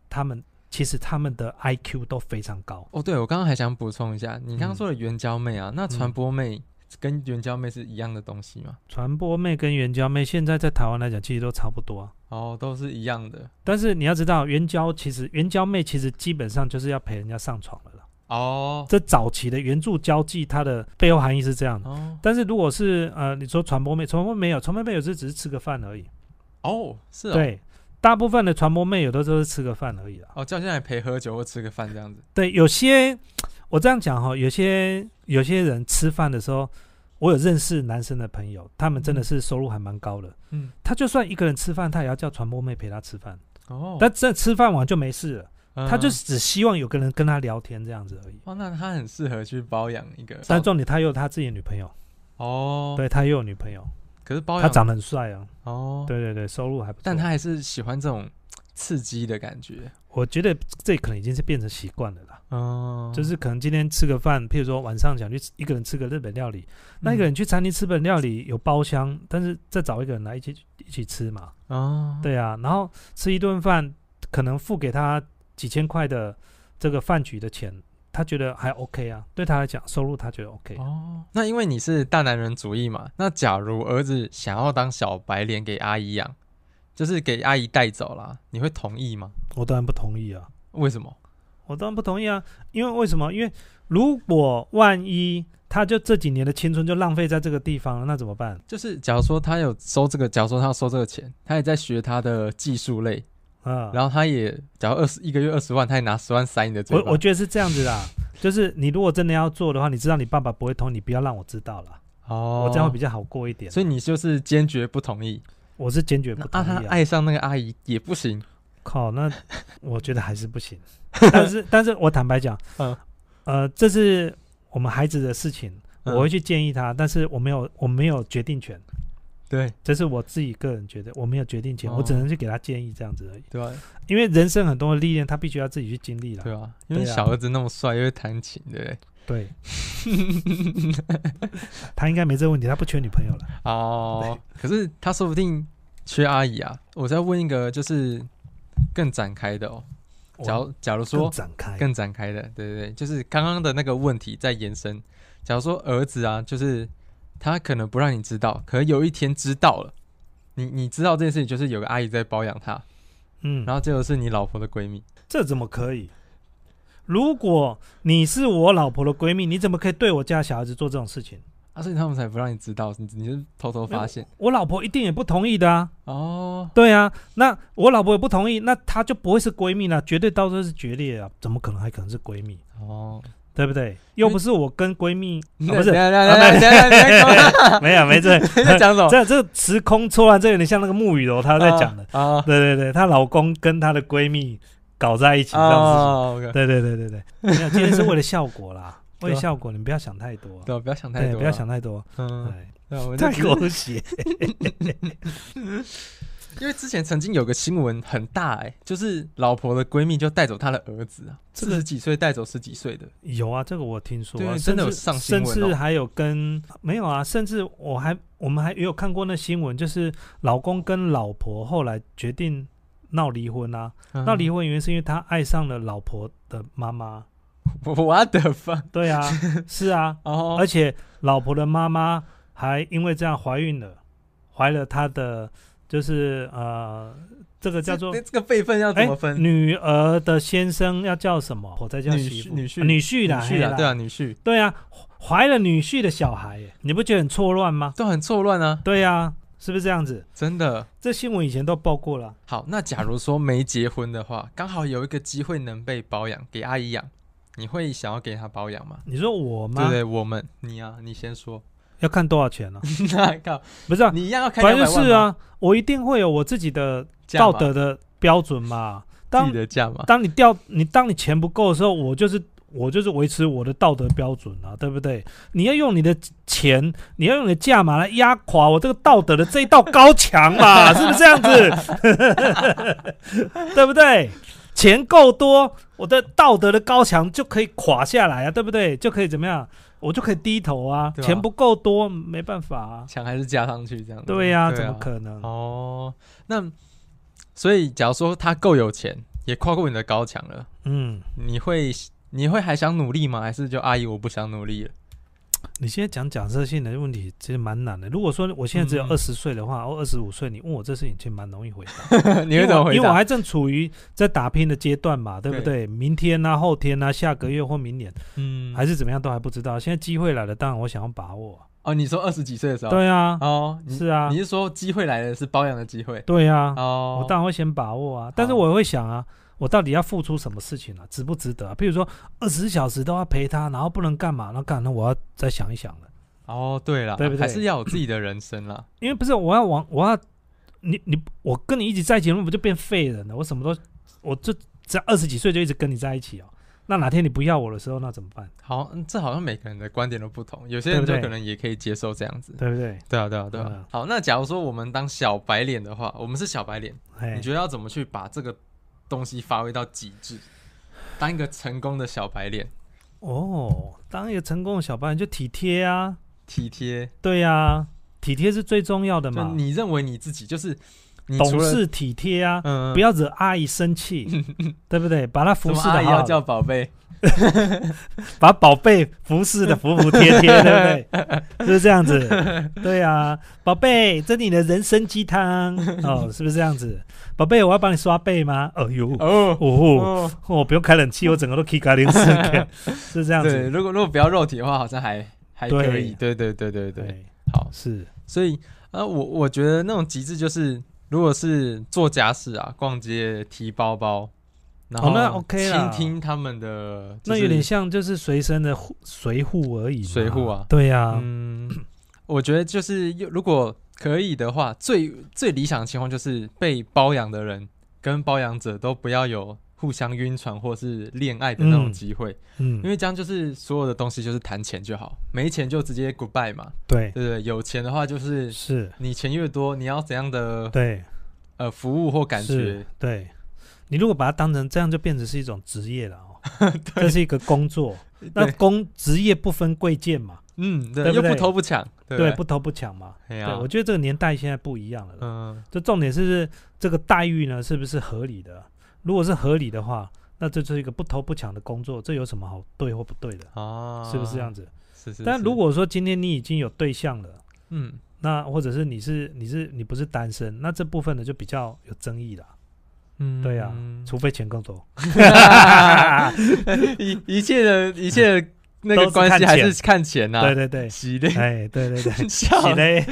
[SPEAKER 3] 他们其实他们的 IQ 都非常高。
[SPEAKER 2] 哦，对我刚刚还想补充一下，你刚
[SPEAKER 3] 嗯
[SPEAKER 2] 刚说的援交妹啊，那传
[SPEAKER 3] 嗯
[SPEAKER 2] 播妹跟援交妹是一样的东西吗？
[SPEAKER 3] 传播妹跟援交妹现在在台湾来讲，其实都差不多啊、
[SPEAKER 2] 哦，都是一样的
[SPEAKER 3] 但是你要知道，援交其实援交妹其实基本上就是要陪人家上床了啦。
[SPEAKER 2] 哦
[SPEAKER 3] 这早期的援助交际，它的背后含义是这样的。
[SPEAKER 2] 哦
[SPEAKER 3] 但是如果是呃，你说传播妹，传播妹没有，传播妹有时只是吃个饭而已。
[SPEAKER 2] 哦，是哦，
[SPEAKER 3] 对，大部分的传播妹有的都是吃个饭而已啦。
[SPEAKER 2] 哦，叫进来陪喝酒或吃个饭这样子，
[SPEAKER 3] 对，有些我这样讲哈、有些有些人吃饭的时候，我有认识男生的朋友，他们真的是收入还蛮高的。
[SPEAKER 2] 嗯，
[SPEAKER 3] 他就算一个人吃饭，他也要叫传播妹陪他吃饭。
[SPEAKER 2] 哦，
[SPEAKER 3] 但这吃饭完就没事了，他就
[SPEAKER 2] 嗯哦
[SPEAKER 3] 是只希望有个人跟他聊天这样子而已。
[SPEAKER 2] 哇，那他很适合去包养一个，
[SPEAKER 3] 但重点他又有他自己的女朋友，
[SPEAKER 2] 哦，，
[SPEAKER 3] 对他又有女朋友，
[SPEAKER 2] 可是包
[SPEAKER 3] 他
[SPEAKER 2] 养
[SPEAKER 3] 长得很帅啊，
[SPEAKER 2] 哦，，
[SPEAKER 3] 对对对，收入还不错。
[SPEAKER 2] 但他还是喜欢这种刺激的感觉，
[SPEAKER 3] 我觉得这可能已经是变成习惯了啦，
[SPEAKER 2] 哦，
[SPEAKER 3] 就是可能今天吃个饭，譬如说晚上想去吃一个人吃个日本料理，那一个
[SPEAKER 2] 嗯
[SPEAKER 3] 人去餐厅吃日本料理有包厢，但是再找一个人来一起一起吃嘛，
[SPEAKER 2] 哦，
[SPEAKER 3] 对啊，然后吃一顿饭可能付给他几千块的这个饭局的钱。他觉得还 OK 啊，对他来讲收入他觉得 OK，、
[SPEAKER 2] 哦，那因为你是大男人主义嘛，那假如儿子想要当小白脸给阿姨养，就是给阿姨带走啦，你会同意吗？
[SPEAKER 3] 我当然不同意啊。
[SPEAKER 2] 为什么？
[SPEAKER 3] 我当然不同意啊，因为为什么？因为如果万一他就这几年的青春就浪费在这个地方了，那怎么办？
[SPEAKER 2] 就是假如说他有收这个，假如说他要收这个钱，他也在学他的技术类，
[SPEAKER 3] 啊、
[SPEAKER 2] 然后他也假如二十一个月二十万，他也拿十万塞你的嘴
[SPEAKER 3] 我
[SPEAKER 2] 巴。
[SPEAKER 3] 我觉得是这样子啦， 就是你如果真的要做的话，你知道你爸爸不会同意，你不要让我知道了，
[SPEAKER 2] 哦，
[SPEAKER 3] 我这样会比较好过一点。
[SPEAKER 2] 所以你就是坚决不同意。
[SPEAKER 3] 我是坚决
[SPEAKER 2] 那
[SPEAKER 3] 不同
[SPEAKER 2] 啊，他
[SPEAKER 3] 意啊！
[SPEAKER 2] 爱上那个阿姨也不行。
[SPEAKER 3] 靠，那我觉得还是 不行。但是，但是我坦白讲，
[SPEAKER 2] 嗯
[SPEAKER 3] 呃，这是我们孩子的事情，
[SPEAKER 2] 嗯
[SPEAKER 3] 我会去建议他，但是我没有，我没有决定权，
[SPEAKER 2] 对
[SPEAKER 3] 这是我自己个人觉得，我没有决定权，我只
[SPEAKER 2] 哦
[SPEAKER 3] 能去给他建议这样子而已。
[SPEAKER 2] 对吧、啊
[SPEAKER 3] 因为人生很多的历练，他必须要自己去经历了。
[SPEAKER 2] 对吧、因为
[SPEAKER 3] 对啊
[SPEAKER 2] 小儿子那么帅，又会弹琴，对不对？
[SPEAKER 3] 对， 他应该没这个问题，他不缺女朋友了。
[SPEAKER 2] 哦，可是他说不定缺阿姨啊。我再问一个，就是更展开的哦。 假
[SPEAKER 3] 我
[SPEAKER 2] 如假如
[SPEAKER 3] 更
[SPEAKER 2] 说
[SPEAKER 3] 展开，
[SPEAKER 2] 更展开的，对对对，就是刚刚的那个问题在延伸。假如说儿子啊，就是他可能不让你知道，可能有一天知道了，你你知道这件事情，就是有个阿姨在包养他，
[SPEAKER 3] 嗯，
[SPEAKER 2] 然后结果是你老婆的闺蜜。
[SPEAKER 3] 这怎么可以？如果你是我老婆的闺蜜，你怎么可以对我家小孩子做这种事情？
[SPEAKER 2] 啊，所以他们才不让你知道，你你是偷偷发现
[SPEAKER 3] 我老婆一定也不同意的啊。
[SPEAKER 2] 哦，
[SPEAKER 3] 对啊，那我老婆也不同意，那她就不会是闺蜜了，绝对到时候是决裂啊，怎么可能还可能是闺蜜？
[SPEAKER 2] 哦，
[SPEAKER 3] 对不对？又不是我跟 闺蜜，啊、不是
[SPEAKER 2] 等一
[SPEAKER 3] 啊
[SPEAKER 2] 下等一下等一下等一下等一下
[SPEAKER 3] 没有没 这，
[SPEAKER 2] 你在 讲什么？
[SPEAKER 3] 这这时空错乱，这有点像那个木雨楼她在讲的。
[SPEAKER 2] 哦啊，
[SPEAKER 3] 对对对，她老公跟她的闺蜜搞在一起这样子。
[SPEAKER 2] 哦，OK，
[SPEAKER 3] 对对对对对，没有，今天是为了效 果啦，
[SPEAKER 2] 对啊
[SPEAKER 3] 为了效果，你们不要想太多啊。
[SPEAKER 2] 对，不要想太
[SPEAKER 3] 对，
[SPEAKER 2] 多，
[SPEAKER 3] 不要，想太多。
[SPEAKER 2] 嗯，
[SPEAKER 3] 对，
[SPEAKER 2] 对，我们就
[SPEAKER 3] 太狗血。
[SPEAKER 2] 因为之前曾经有个新闻很大哎，就是老婆的闺蜜就带走她的儿子啊，
[SPEAKER 3] 这
[SPEAKER 2] 四
[SPEAKER 3] 个
[SPEAKER 2] 十几岁带走十几岁的，
[SPEAKER 3] 有啊，这个我听说啊，
[SPEAKER 2] 对
[SPEAKER 3] 甚
[SPEAKER 2] 真的有
[SPEAKER 3] 至
[SPEAKER 2] 上新
[SPEAKER 3] 甚
[SPEAKER 2] 闻哦
[SPEAKER 3] 至还有跟没有啊，甚至我还我们还也有看过那新闻，就是老公跟老婆后来决定闹离婚啊。闹离
[SPEAKER 2] 婚
[SPEAKER 3] 婚原因是因为他爱上了老婆的妈妈。
[SPEAKER 2] ，what the fuck？
[SPEAKER 3] 对 啊，是啊，
[SPEAKER 2] 哦
[SPEAKER 3] 而且老婆的妈妈还因为这样怀孕了，怀了他的就是呃，这个叫做
[SPEAKER 2] 这这个辈分要怎
[SPEAKER 3] 哎
[SPEAKER 2] 么分？
[SPEAKER 3] 女儿的先生要叫什么？我才叫媳妇
[SPEAKER 2] 女婿
[SPEAKER 3] 啊女婿
[SPEAKER 2] 女
[SPEAKER 3] 啦，嘿
[SPEAKER 2] 婿啊，对啊，女婿
[SPEAKER 3] 对啊，怀了女婿的小孩耶，你不觉得很错乱吗？
[SPEAKER 2] 都很错乱啊，
[SPEAKER 3] 对啊，是不是这样子？
[SPEAKER 2] 真的。
[SPEAKER 3] 这新闻以前都报过了，
[SPEAKER 2] 好，那假如说没结婚的话，刚好有一个机会能被包养，给阿姨养，你会想要给他保养吗？
[SPEAKER 3] 你说我
[SPEAKER 2] 对
[SPEAKER 3] 吗
[SPEAKER 2] 不？对？我们你啊，你先说。
[SPEAKER 3] 要看多少钱呢、
[SPEAKER 2] 那靠，
[SPEAKER 3] 不是啊，
[SPEAKER 2] 你一样要开
[SPEAKER 3] 反
[SPEAKER 2] 两
[SPEAKER 3] 正
[SPEAKER 2] 百万
[SPEAKER 3] 就是
[SPEAKER 2] 吗，
[SPEAKER 3] 啊，我一定会有我自己的
[SPEAKER 2] 价
[SPEAKER 3] 道
[SPEAKER 2] 嘛
[SPEAKER 3] 德的标准嘛。当
[SPEAKER 2] 自己的价嘛。
[SPEAKER 3] 当你掉你当你钱不够的时候，我就是我就是维持我的道德标准啊，对不对？你要用你的钱，你要用你的价码来压垮我这个道德的这一道高墙嘛，是不是这样子？ 对不对？钱够多，我的道德的高墙就可以垮下来啊，对不对？就可以怎么样？我就可以低头啊。
[SPEAKER 2] 对啊嗯
[SPEAKER 3] 钱不够多，没办法啊。
[SPEAKER 2] 墙还是加上去这样子。啊
[SPEAKER 3] 对呀、怎么可能？
[SPEAKER 2] 哦，那所以假如说他够有钱，也跨过你的高墙了，
[SPEAKER 3] 嗯，
[SPEAKER 2] 你会你会还想努力吗？还是就阿姨我不想努力了？
[SPEAKER 3] 你现在讲假设性的问题，其实蛮难的。如果说我现在只有
[SPEAKER 2] 嗯
[SPEAKER 3] 二十岁的话，哦或二十五岁，你问我这事情，其实蛮容易回答。
[SPEAKER 2] 你会怎么
[SPEAKER 3] 因为我
[SPEAKER 2] 回
[SPEAKER 3] 因为我
[SPEAKER 2] 答？
[SPEAKER 3] 还正处于在打拼的阶段嘛，对不对？明天啊，后天啊，下个月或明年，
[SPEAKER 2] 嗯，
[SPEAKER 3] 还是怎么样都还不知道。现在机会来了，当然我想要把握。
[SPEAKER 2] 哦，你说二十几岁的时候，
[SPEAKER 3] 对啊，
[SPEAKER 2] 哦，你
[SPEAKER 3] 是啊
[SPEAKER 2] 你，是说机会来了是包养的机会？
[SPEAKER 3] 对啊，
[SPEAKER 2] 哦，
[SPEAKER 3] 我当然会先把握啊。但是我也会想啊，我到底要付出什么事情啊？值不值得啊？譬如说二十小时都要陪他，然后不能干嘛？那干那我要再想一想了。
[SPEAKER 2] 哦，对了，
[SPEAKER 3] 对不对
[SPEAKER 2] 还是要有自己的人生啦。
[SPEAKER 3] 因为不是我要往我要你你我跟你一起在一起，那不就变废人了？我什么都我就只要二十几岁就一直跟你在一起哦。那哪天你不要我的时候，那怎么办？
[SPEAKER 2] 好，嗯这好像每个人的观点都不同，有些
[SPEAKER 3] 对
[SPEAKER 2] 人
[SPEAKER 3] 不
[SPEAKER 2] 就
[SPEAKER 3] 对
[SPEAKER 2] 可能也可以接受这样子。
[SPEAKER 3] 对不对？
[SPEAKER 2] 对啊，对啊，对啊
[SPEAKER 3] 嗯。
[SPEAKER 2] 好，那假如说我们当小白脸的话，我们是小白脸，
[SPEAKER 3] 哎
[SPEAKER 2] 你，觉得要怎么去把这个东西发挥到极致？当一个成功的小白脸，
[SPEAKER 3] 哦，当一个成功的小白脸就体贴啊，
[SPEAKER 2] 体贴，
[SPEAKER 3] 对啊，体贴是最重要的
[SPEAKER 2] 就
[SPEAKER 3] 嘛，
[SPEAKER 2] 你认为你自己就是你除
[SPEAKER 3] 懂
[SPEAKER 2] 了
[SPEAKER 3] 事体贴啊，
[SPEAKER 2] 嗯，
[SPEAKER 3] 不要惹阿姨 生气，对不对？把她
[SPEAKER 2] 什
[SPEAKER 3] 服
[SPEAKER 2] 么
[SPEAKER 3] 侍
[SPEAKER 2] 阿
[SPEAKER 3] 的
[SPEAKER 2] 姨要
[SPEAKER 3] 好，
[SPEAKER 2] 叫宝贝，
[SPEAKER 3] 把宝贝服侍的服服帖帖，对不 对？是不是这样子？对啊，宝贝，这是你的人参 鸡汤哦，是不是这样子？宝贝，我要帮你刷背吗？哎呦，哦，
[SPEAKER 2] 哦
[SPEAKER 3] 哦
[SPEAKER 2] 哦，
[SPEAKER 3] 不用开冷气，我整个都 K 嘎零 四，是这样
[SPEAKER 2] 对，
[SPEAKER 3] 子。
[SPEAKER 2] 如果如果不要肉体的话，好像还还可以，对
[SPEAKER 3] 对
[SPEAKER 2] 对对对对，
[SPEAKER 3] 对，
[SPEAKER 2] 好，
[SPEAKER 3] 是，
[SPEAKER 2] 所以啊，呃我我觉得那种极致就是，如果是做家事啊，逛街、提包包，然
[SPEAKER 3] 哦
[SPEAKER 2] 后
[SPEAKER 3] 那 OK
[SPEAKER 2] 倾
[SPEAKER 3] 啦
[SPEAKER 2] 听他们的，
[SPEAKER 3] 那有点像就是随身的护随护而已嘛。
[SPEAKER 2] 随护啊
[SPEAKER 3] 对啊，
[SPEAKER 2] 嗯，我觉得就是又如果可以的话，最最理想的情况就是被包养的人跟包养者都不要有互相晕船或是恋爱的那种
[SPEAKER 3] 嗯
[SPEAKER 2] 机会，因
[SPEAKER 3] 嗯，
[SPEAKER 2] 为这样就是所有的东西就是谈钱就好，没钱就直接 goodbye 嘛，
[SPEAKER 3] 对，
[SPEAKER 2] 对不对？有钱的话就是
[SPEAKER 3] 是，
[SPEAKER 2] 你钱越多，你要怎样的
[SPEAKER 3] 对，
[SPEAKER 2] 呃服务或感
[SPEAKER 3] 是
[SPEAKER 2] 觉？
[SPEAKER 3] 对。你如果把它当成这样，就变成是一种职业了 哦，这是一个工作。 那
[SPEAKER 2] 对
[SPEAKER 3] 工职业不分贵贱嘛，
[SPEAKER 2] 嗯，对，
[SPEAKER 3] 对不
[SPEAKER 2] 又不
[SPEAKER 3] 对
[SPEAKER 2] 偷不抢，对
[SPEAKER 3] 对，
[SPEAKER 2] 不
[SPEAKER 3] 不偷不抢嘛。
[SPEAKER 2] 对？哎
[SPEAKER 3] 对
[SPEAKER 2] 呀，，
[SPEAKER 3] 我觉得这个年代现在不一样了啦。
[SPEAKER 2] 嗯，
[SPEAKER 3] 就重点是不是这个待遇呢，是不是合理的？如果是合理的话，那这就是一个不偷不抢的工作，这有什么好对或不对的？
[SPEAKER 2] 哦，
[SPEAKER 3] 是不是这样？子？
[SPEAKER 2] 是是。
[SPEAKER 3] 但
[SPEAKER 2] 是
[SPEAKER 3] 如果说今天你已经有对象了，
[SPEAKER 2] 嗯，
[SPEAKER 3] 那或者是你是你是你不是单身，那这部分呢就比较有争议了，
[SPEAKER 2] 嗯
[SPEAKER 3] 对啊除非钱更多。
[SPEAKER 2] 一一切的一切的那
[SPEAKER 3] 都
[SPEAKER 2] 个
[SPEAKER 3] 是
[SPEAKER 2] 关
[SPEAKER 3] 看
[SPEAKER 2] 系还
[SPEAKER 3] 钱
[SPEAKER 2] 是看钱呐、
[SPEAKER 3] 对 对对，
[SPEAKER 2] 洗的
[SPEAKER 3] 哎，对对对，
[SPEAKER 2] 笑
[SPEAKER 3] 起嘞，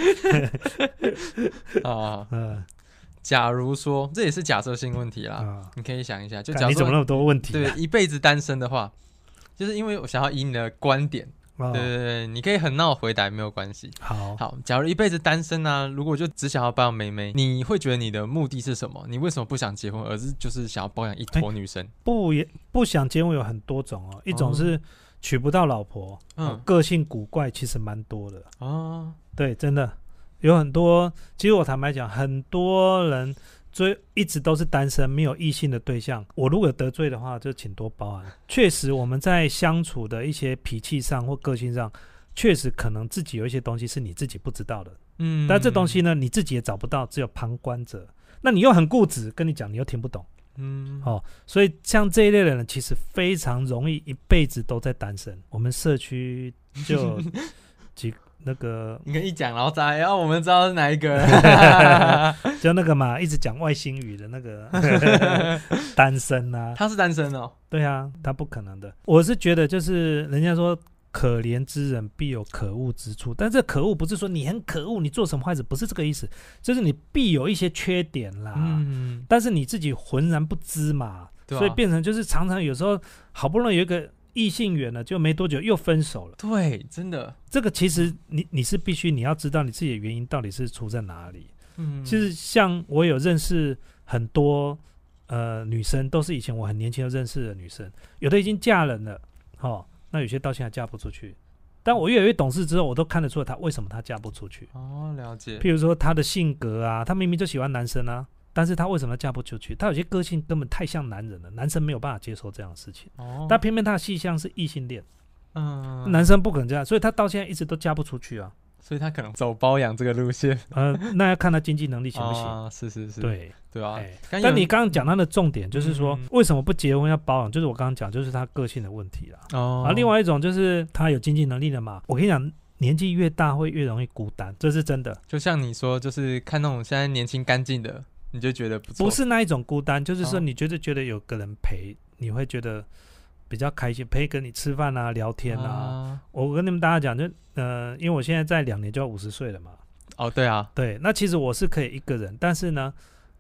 [SPEAKER 2] 啊！
[SPEAKER 3] 嗯
[SPEAKER 2] 假如说这也是假设性问题啦，
[SPEAKER 3] 啊，
[SPEAKER 2] 你可以想一下，就
[SPEAKER 3] 干
[SPEAKER 2] 假
[SPEAKER 3] 你
[SPEAKER 2] 如
[SPEAKER 3] 怎么那
[SPEAKER 2] 说
[SPEAKER 3] 么多问题
[SPEAKER 2] 对
[SPEAKER 3] 啊？
[SPEAKER 2] 一辈子单身的话，就是因为我想要以你的观点，
[SPEAKER 3] 哦
[SPEAKER 2] 对对对，你可以很闹回答也没有关系。
[SPEAKER 3] 好，
[SPEAKER 2] 好，假如一辈子单身呢、如果就只想要包养妹妹，你会觉得你的目的是什么？你为什么不想结婚，而是就是想要包养一坨
[SPEAKER 3] 哎
[SPEAKER 2] 女生？
[SPEAKER 3] 不也不想结婚有很多种哦，一种
[SPEAKER 2] 哦
[SPEAKER 3] 是娶不到老婆，哦
[SPEAKER 2] 嗯
[SPEAKER 3] 个性古怪，其实蛮多的。
[SPEAKER 2] 哦，
[SPEAKER 3] 对，真的有很多。其实我坦白讲，很多人追一直都是单身，没有异性的对象。我如果有得罪的话，就请多包涵。确实，我们在相处的一些脾气上或个性上，确实可能自己有一些东西是你自己不知道的。
[SPEAKER 2] 嗯，
[SPEAKER 3] 但这东西，呢，你自己也找不到，只有旁观者。那你又很固执，跟你讲你又听不懂，
[SPEAKER 2] 嗯，
[SPEAKER 3] 哦所以像这一类的人，其实非常容易一辈子都在单身。我们社区就有几那个
[SPEAKER 2] 你可以一讲，然后再然后我们知道是哪一个 了。
[SPEAKER 3] 就那个嘛，一直讲外星语的那个单身啊，
[SPEAKER 2] 他是单身哦，
[SPEAKER 3] 对啊，他不可能的。我是觉得就是人家说可怜之人必有可恶之处，但这可恶不是说你很可恶，你做什么坏事，不是这个意思，就是你必有一些缺点啦。
[SPEAKER 2] 嗯，
[SPEAKER 3] 但是你自己浑然不知嘛，
[SPEAKER 2] 对啊
[SPEAKER 3] 所以变成就是常常有时候好不容易有一个异性缘了，就没多久又分手了。
[SPEAKER 2] 对，真的，
[SPEAKER 3] 这个其
[SPEAKER 2] 嗯
[SPEAKER 3] 实你你是必须你要知道你自己的原因到底是出在哪里。
[SPEAKER 2] 嗯，
[SPEAKER 3] 其实像我有认识很多呃女生，都是以前我很年轻就认识的女生，有的已经嫁人了，哦，那有些到现在嫁不出去。但我越来越懂事之后，我都看得出来她为什么她嫁不出去。
[SPEAKER 2] 哦，了解，
[SPEAKER 3] 譬如说她的性格啊，她明明就喜欢男生啊，但是她为什么嫁不出去？她有些个性根本太像男人了，男生没有办法接受这样的事情。
[SPEAKER 2] 哦，
[SPEAKER 3] 但偏偏她的性向是异性恋，
[SPEAKER 2] 嗯，
[SPEAKER 3] 男生不肯这样，所以她到现在一直都嫁不 出去啊。
[SPEAKER 2] 所以他可能走包养这个路线，
[SPEAKER 3] 呃，那要看她经济能力行不行。
[SPEAKER 2] 啊，是是是，
[SPEAKER 3] 对，
[SPEAKER 2] 对啊
[SPEAKER 3] 哎，
[SPEAKER 2] 刚有
[SPEAKER 3] 但你刚刚讲到的重点就是说
[SPEAKER 2] 嗯，
[SPEAKER 3] 为什么不结婚要包养？就是我刚刚讲，就是他个性的问题啦。
[SPEAKER 2] 哦，
[SPEAKER 3] 啊，另外一种就是他有经济能力了嘛。我跟你讲，年纪越大会越容易孤单，这是真的。
[SPEAKER 2] 就像你说，就是看那种现在年轻干净的，你就觉得不错，
[SPEAKER 3] 不是那一种孤单，就是说
[SPEAKER 2] 哦
[SPEAKER 3] 你觉得觉得有个人陪，你会觉得比较开心，陪跟你吃饭啊、聊天啊。
[SPEAKER 2] 啊，
[SPEAKER 3] 我跟你们大家讲，就呃，因为我现在在两年就要五十岁了嘛。
[SPEAKER 2] 哦，对啊，
[SPEAKER 3] 对，那其实我是可以一个人，但是呢，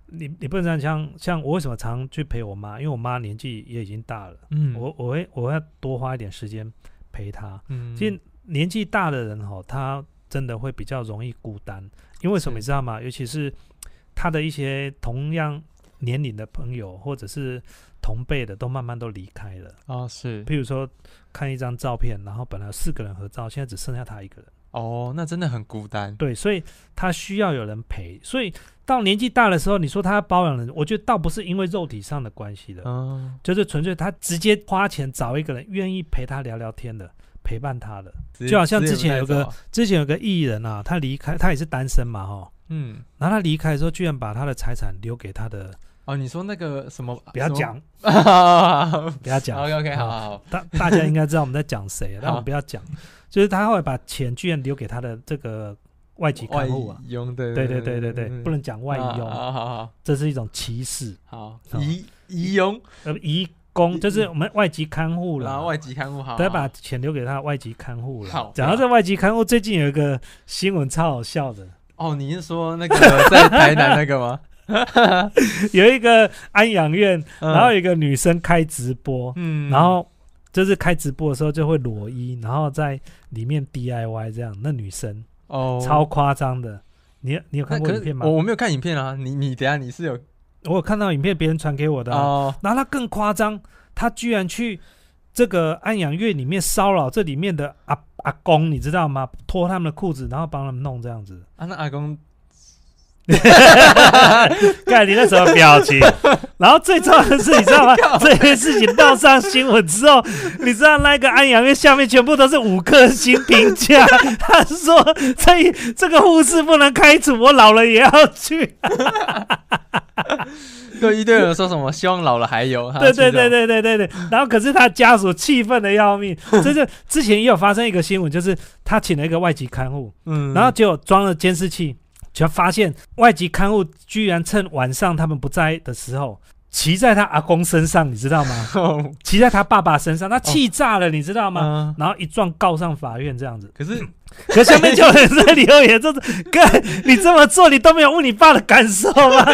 [SPEAKER 3] 你你不能这样像像我为什么常去陪我妈？因为我妈年纪也已经大了。
[SPEAKER 2] 嗯，
[SPEAKER 3] 我我会我会多花一点时间陪他。
[SPEAKER 2] 嗯，
[SPEAKER 3] 其实年纪大的人哈、他真的会比较容易孤单，因为什
[SPEAKER 2] 是
[SPEAKER 3] 么你知道吗？尤其是他的一些同样年龄的朋友或者是同辈的，都慢慢都离开了。
[SPEAKER 2] 哦是
[SPEAKER 3] 譬如说看一张照片，然后本来有四个人合照，现在只剩下他一个人。
[SPEAKER 2] 哦，那真的很孤单，
[SPEAKER 3] 对，所以他需要有人陪。所以到年纪大的时候，你说他要包养人，我觉得倒不是因为肉体上的关系的，
[SPEAKER 2] 嗯，
[SPEAKER 3] 就是纯粹他直接花钱找一个人愿意陪他聊聊天的，陪伴他的。
[SPEAKER 2] 直接
[SPEAKER 3] 啊就好像
[SPEAKER 2] 直接
[SPEAKER 3] 之前
[SPEAKER 2] 不带
[SPEAKER 3] 有个
[SPEAKER 2] 走
[SPEAKER 3] 之前有个艺人啊，他离开，他也是单身嘛，哈、
[SPEAKER 2] 嗯，
[SPEAKER 3] 然后他离开的时候，居然把他的财产留给他的，
[SPEAKER 2] 哦，你啊说那个什么，
[SPEAKER 3] 不要讲，
[SPEAKER 2] 不
[SPEAKER 3] 不要讲，嗯
[SPEAKER 2] ，OK OK，好好好，
[SPEAKER 3] 大大家应该知道我们在讲谁，但我
[SPEAKER 2] 好
[SPEAKER 3] 们不要讲，就是他后来把钱居然留给他的这个外籍
[SPEAKER 2] 外
[SPEAKER 3] 看护啊，
[SPEAKER 2] 佣对
[SPEAKER 3] 对对对对对，不能讲外
[SPEAKER 2] 啊
[SPEAKER 3] 佣，
[SPEAKER 2] 好好
[SPEAKER 3] 这是一种歧视，
[SPEAKER 2] 好好，
[SPEAKER 3] 好
[SPEAKER 2] 移移佣，
[SPEAKER 3] 呃，移工就是我们外籍看护
[SPEAKER 2] 然
[SPEAKER 3] 啦
[SPEAKER 2] 啊后。外籍看护好，
[SPEAKER 3] 得
[SPEAKER 2] 好
[SPEAKER 3] 把钱留给他的外籍看护了
[SPEAKER 2] 好。
[SPEAKER 3] 讲到这外籍看护，最近有一个新闻超好笑的，
[SPEAKER 2] 哦，你是说那个在台南那个吗？
[SPEAKER 3] 有一个安养院，
[SPEAKER 2] 嗯
[SPEAKER 3] 然后有一个女生开直播，
[SPEAKER 2] 嗯，
[SPEAKER 3] 然后就是开直播的时候就会裸衣，然后在里面 DIY 这样，那女生
[SPEAKER 2] 哦，
[SPEAKER 3] 超夸张的。你你有
[SPEAKER 2] 那
[SPEAKER 3] 看过
[SPEAKER 2] 可
[SPEAKER 3] 影
[SPEAKER 2] 是
[SPEAKER 3] 片吗
[SPEAKER 2] 我？我没有看影片啊，你你等一下你是有
[SPEAKER 3] 我有看到影片，别人传给我的啊、
[SPEAKER 2] 哦
[SPEAKER 3] 然后她更夸张，她居然去这个安养院里面骚扰这里面的阿阿公，你知道吗？脱他们的裤子，然后帮他们弄这样子。
[SPEAKER 2] 啊，那阿公
[SPEAKER 3] 看你那什么表情？然后最重要的是，你知道吗？这件事情闹上新闻之后，你知道那个安阳院下面全部都是五颗星评价。他说：“这这个护士不能开除，我老了也要去。
[SPEAKER 2] 对一堆人说什么，希望老了还 有，”他
[SPEAKER 3] 对
[SPEAKER 2] 去
[SPEAKER 3] 对
[SPEAKER 2] 这种，
[SPEAKER 3] 对对对 对对。然后可是他家属气愤的要命。这就之前也有发生一个新闻，就是他请了一个外籍看护，
[SPEAKER 2] 嗯，
[SPEAKER 3] 然后结果装了监视器，就发现外籍看护居然趁晚上他们不在的时候，骑在他阿公身上，你知道吗？
[SPEAKER 2] 后
[SPEAKER 3] 骑在他爸爸身
[SPEAKER 2] 哦
[SPEAKER 3] 上，他气炸了，你知道吗？
[SPEAKER 2] 吗？
[SPEAKER 3] 然后一状告上法院这样子，
[SPEAKER 2] 嗯可是
[SPEAKER 3] 可下面就有人在留言，就是哥，你这么做，你都没有问你爸的感受吗？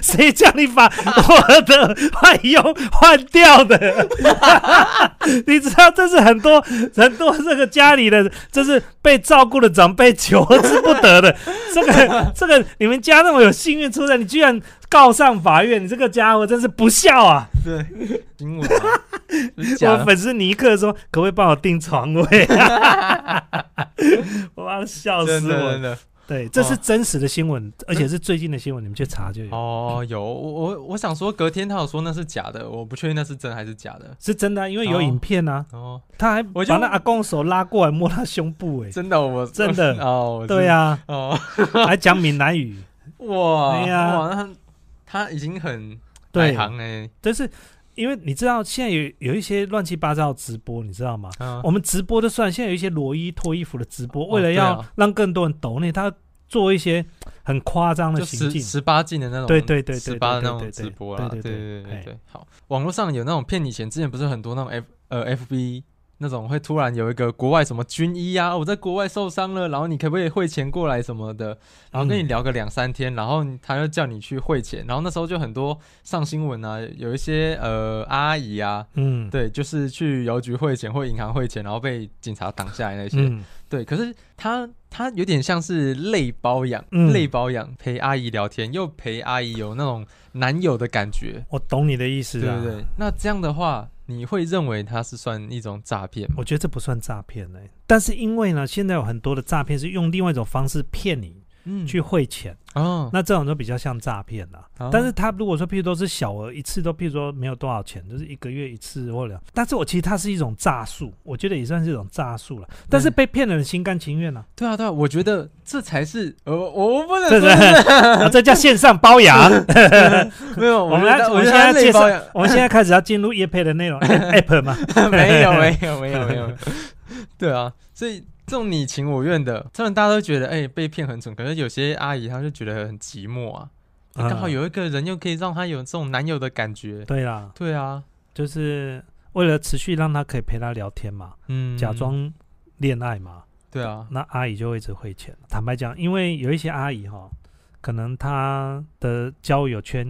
[SPEAKER 3] 谁叫你把我的外佣换掉的？ 你知道，这是很多很多这个家里的，就是被照顾的长辈求之不得的。这个这个，你们家那么有幸运出生，你居然告上法院，你这个家伙真是不孝啊！
[SPEAKER 2] 对新闻啊， 真假
[SPEAKER 3] 我
[SPEAKER 2] 的
[SPEAKER 3] 粉丝尼克说：“可不可以帮我订床位？”啊 我要笑
[SPEAKER 2] 真
[SPEAKER 3] 死
[SPEAKER 2] 的真
[SPEAKER 3] 我！
[SPEAKER 2] 的
[SPEAKER 3] 对，这是
[SPEAKER 2] 哦
[SPEAKER 3] 真实的新闻，而且是最近的新闻，你们去查就有。
[SPEAKER 2] 哦，有我我我想说，隔天他有说那是假的，我不确定那是真还是假的。
[SPEAKER 3] 是真的啊、因为有
[SPEAKER 2] 哦
[SPEAKER 3] 影片啊，
[SPEAKER 2] 哦，
[SPEAKER 3] 他还
[SPEAKER 2] 我
[SPEAKER 3] 把
[SPEAKER 2] 就
[SPEAKER 3] 那阿公手拉过来摸他胸部、欸，
[SPEAKER 2] 真的我
[SPEAKER 3] 真的
[SPEAKER 2] 哦，我知
[SPEAKER 3] 对啊 呀、
[SPEAKER 2] 哦，
[SPEAKER 3] 还讲闽南语，
[SPEAKER 2] 哇，
[SPEAKER 3] 对呀
[SPEAKER 2] 哇，那他他已经很
[SPEAKER 3] 对
[SPEAKER 2] 内，行哎，
[SPEAKER 3] 但是因为你知道现在有有一些乱七八糟的直播，你知道吗？
[SPEAKER 2] 嗯
[SPEAKER 3] 我们直播就算，现在有一些裸衣脱衣服的直播，
[SPEAKER 2] 哦
[SPEAKER 3] 为了
[SPEAKER 2] 对啊
[SPEAKER 3] 要让更多人抖内，他做一些很夸张的
[SPEAKER 2] 就
[SPEAKER 3] 行
[SPEAKER 2] 十
[SPEAKER 3] 径。
[SPEAKER 2] 十八禁的那种，
[SPEAKER 3] 对对对对
[SPEAKER 2] 十八的那
[SPEAKER 3] 对
[SPEAKER 2] 种
[SPEAKER 3] 对对
[SPEAKER 2] 直播啦，
[SPEAKER 3] 对
[SPEAKER 2] 对
[SPEAKER 3] 对对
[SPEAKER 2] 对对
[SPEAKER 3] 嘿
[SPEAKER 2] 对。好，网络上有那种骗你钱，之前不是很多那种 F 呃 FB 那那种会突然有一个国外什么军医啊，我在国外受伤了，然后你可不可以汇钱过来什么的，然后跟你
[SPEAKER 3] 嗯
[SPEAKER 2] 聊个两三天，然后你他就叫你去汇钱，然后那时候就很多上新闻啊，有一些呃阿姨啊，
[SPEAKER 3] 嗯，
[SPEAKER 2] 对，就是去邮局汇钱或银行汇钱，然后被警察挡下来那些，
[SPEAKER 3] 嗯，
[SPEAKER 2] 对，可是他他有点像是类包养，
[SPEAKER 3] 嗯
[SPEAKER 2] 类包养陪阿姨聊天，又陪阿姨有那种男友的感觉，
[SPEAKER 3] 我懂你的意思
[SPEAKER 2] 对
[SPEAKER 3] 啊。
[SPEAKER 2] 不对？那这样的话，你会认为它是算一种诈骗吗？
[SPEAKER 3] 我觉得这不算诈骗嘞、但是因为呢，现在有很多的诈骗是用另外一种方式骗你
[SPEAKER 2] 嗯
[SPEAKER 3] 去汇钱，
[SPEAKER 2] 哦，
[SPEAKER 3] 那这种就比较像诈骗了。
[SPEAKER 2] 哦
[SPEAKER 3] 但是他如果说，譬如都是小额一次，都譬如说没有多少钱，就是一个月一次或两，但是我其实它是一种诈术，我觉得也算是一种诈术了。但是被骗的人心甘情愿呢、
[SPEAKER 2] 对啊对啊，我觉得这才是呃我我不能
[SPEAKER 3] 这
[SPEAKER 2] 说
[SPEAKER 3] 是 啊，这叫线上包养。
[SPEAKER 2] 没有，
[SPEAKER 3] 我
[SPEAKER 2] 觉
[SPEAKER 3] 们
[SPEAKER 2] 得
[SPEAKER 3] 来，
[SPEAKER 2] 我觉得
[SPEAKER 3] 我们现
[SPEAKER 2] 它
[SPEAKER 3] 在
[SPEAKER 2] 类
[SPEAKER 3] 介绍
[SPEAKER 2] 包养，
[SPEAKER 3] 我们现在开始要进入叶配的内容 app 嘛？
[SPEAKER 2] 没有没有没有没 有，对啊，所以这种你情我愿的，虽然大家都觉得哎、被骗很蠢，可是有些阿姨她就觉得很寂寞啊，哎刚、好
[SPEAKER 3] 嗯
[SPEAKER 2] 有一个人又可以让她有这种男友的感觉，
[SPEAKER 3] 对啦，
[SPEAKER 2] 对啊，
[SPEAKER 3] 就是为了持续让他可以陪他聊天嘛，
[SPEAKER 2] 嗯，
[SPEAKER 3] 假装恋爱嘛。
[SPEAKER 2] 对啊，
[SPEAKER 3] 那阿姨就会一直汇钱。坦白讲，因为有一些阿姨哈，可能她的交友圈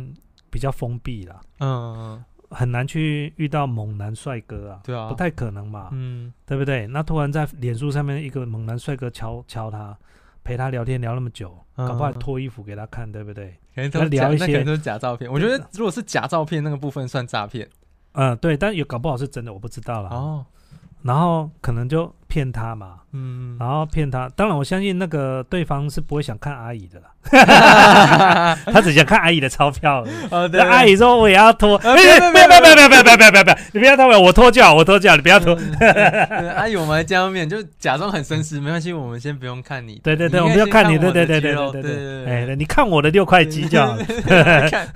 [SPEAKER 3] 比较封闭啦，
[SPEAKER 2] 嗯，
[SPEAKER 3] 很难去遇到猛男帅哥啊，
[SPEAKER 2] 对啊，
[SPEAKER 3] 不太可能嘛，
[SPEAKER 2] 嗯，
[SPEAKER 3] 对不对？那突然在脸书上面一个猛男帅哥敲敲她，陪她聊天聊那么久，
[SPEAKER 2] 嗯
[SPEAKER 3] 搞不好还脱衣服给她看，对不对？
[SPEAKER 2] 可能都
[SPEAKER 3] 那
[SPEAKER 2] 是假
[SPEAKER 3] 聊一
[SPEAKER 2] 那可能
[SPEAKER 3] 些啊
[SPEAKER 2] 都是假照片。我觉得如果是假照片那个部分算诈骗
[SPEAKER 3] 嗯，对，但有搞不好是真的，我不知道啦。
[SPEAKER 2] 哦，
[SPEAKER 3] 然后可能就骗她嘛，
[SPEAKER 2] 嗯，
[SPEAKER 3] 然后骗她。当然，我相信那个对方是不会想看阿姨的啦，他只想看阿姨的钞票而已。
[SPEAKER 2] 哦，对，
[SPEAKER 3] 那阿姨说我也要脱，
[SPEAKER 2] 呃
[SPEAKER 3] 哎
[SPEAKER 2] 别别别
[SPEAKER 3] 别别别别别别别别别别，你不要脱，我脱就好，我脱就好，你不要脱。
[SPEAKER 2] 对对嗯对阿姨，我们来见面，就假装很绅士，没关系，我们先不用看你，
[SPEAKER 3] 对对对，
[SPEAKER 2] 你
[SPEAKER 3] 我
[SPEAKER 2] 应该
[SPEAKER 3] 们要
[SPEAKER 2] 先
[SPEAKER 3] 看你，
[SPEAKER 2] 我
[SPEAKER 3] 对
[SPEAKER 2] 的
[SPEAKER 3] 对对
[SPEAKER 2] 肌
[SPEAKER 3] 对
[SPEAKER 2] 肉
[SPEAKER 3] 对
[SPEAKER 2] 对
[SPEAKER 3] 对，
[SPEAKER 2] 对
[SPEAKER 3] 哎，你看我的六块肌就好了。
[SPEAKER 2] 对，看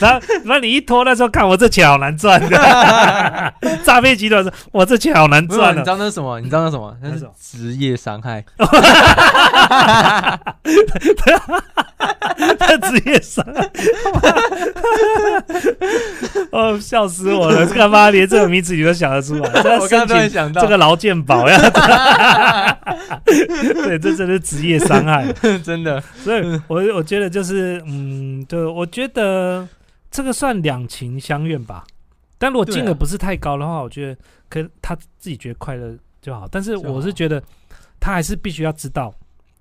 [SPEAKER 3] 然后，然后你一脱，那时候看我这钱好难赚的，诈骗集团说，我这钱好难
[SPEAKER 2] 不是啊，
[SPEAKER 3] 赚
[SPEAKER 2] 你知
[SPEAKER 3] 的，
[SPEAKER 2] 道那是什么？你知道那是什 么？
[SPEAKER 3] 那
[SPEAKER 2] 那
[SPEAKER 3] 是
[SPEAKER 2] 是
[SPEAKER 3] 什么
[SPEAKER 2] 职业伤害。
[SPEAKER 3] 他职业伤， 哦，笑死我了，干嘛连这个名字你都想得出 来？这要
[SPEAKER 2] 我刚刚
[SPEAKER 3] 申
[SPEAKER 2] 突然
[SPEAKER 3] 请
[SPEAKER 2] 想到
[SPEAKER 3] 这，个劳健 保 呀，对，这真的是职业伤害。
[SPEAKER 2] 真的，
[SPEAKER 3] 所以我，我觉得就是，嗯，就我觉得这个算两情相愿吧。但如果金
[SPEAKER 2] 对
[SPEAKER 3] 额
[SPEAKER 2] 啊
[SPEAKER 3] 不是太高的话，我觉得可以他自己觉得快乐就好。但是
[SPEAKER 2] 就好
[SPEAKER 3] 我是觉得他还是必须要知道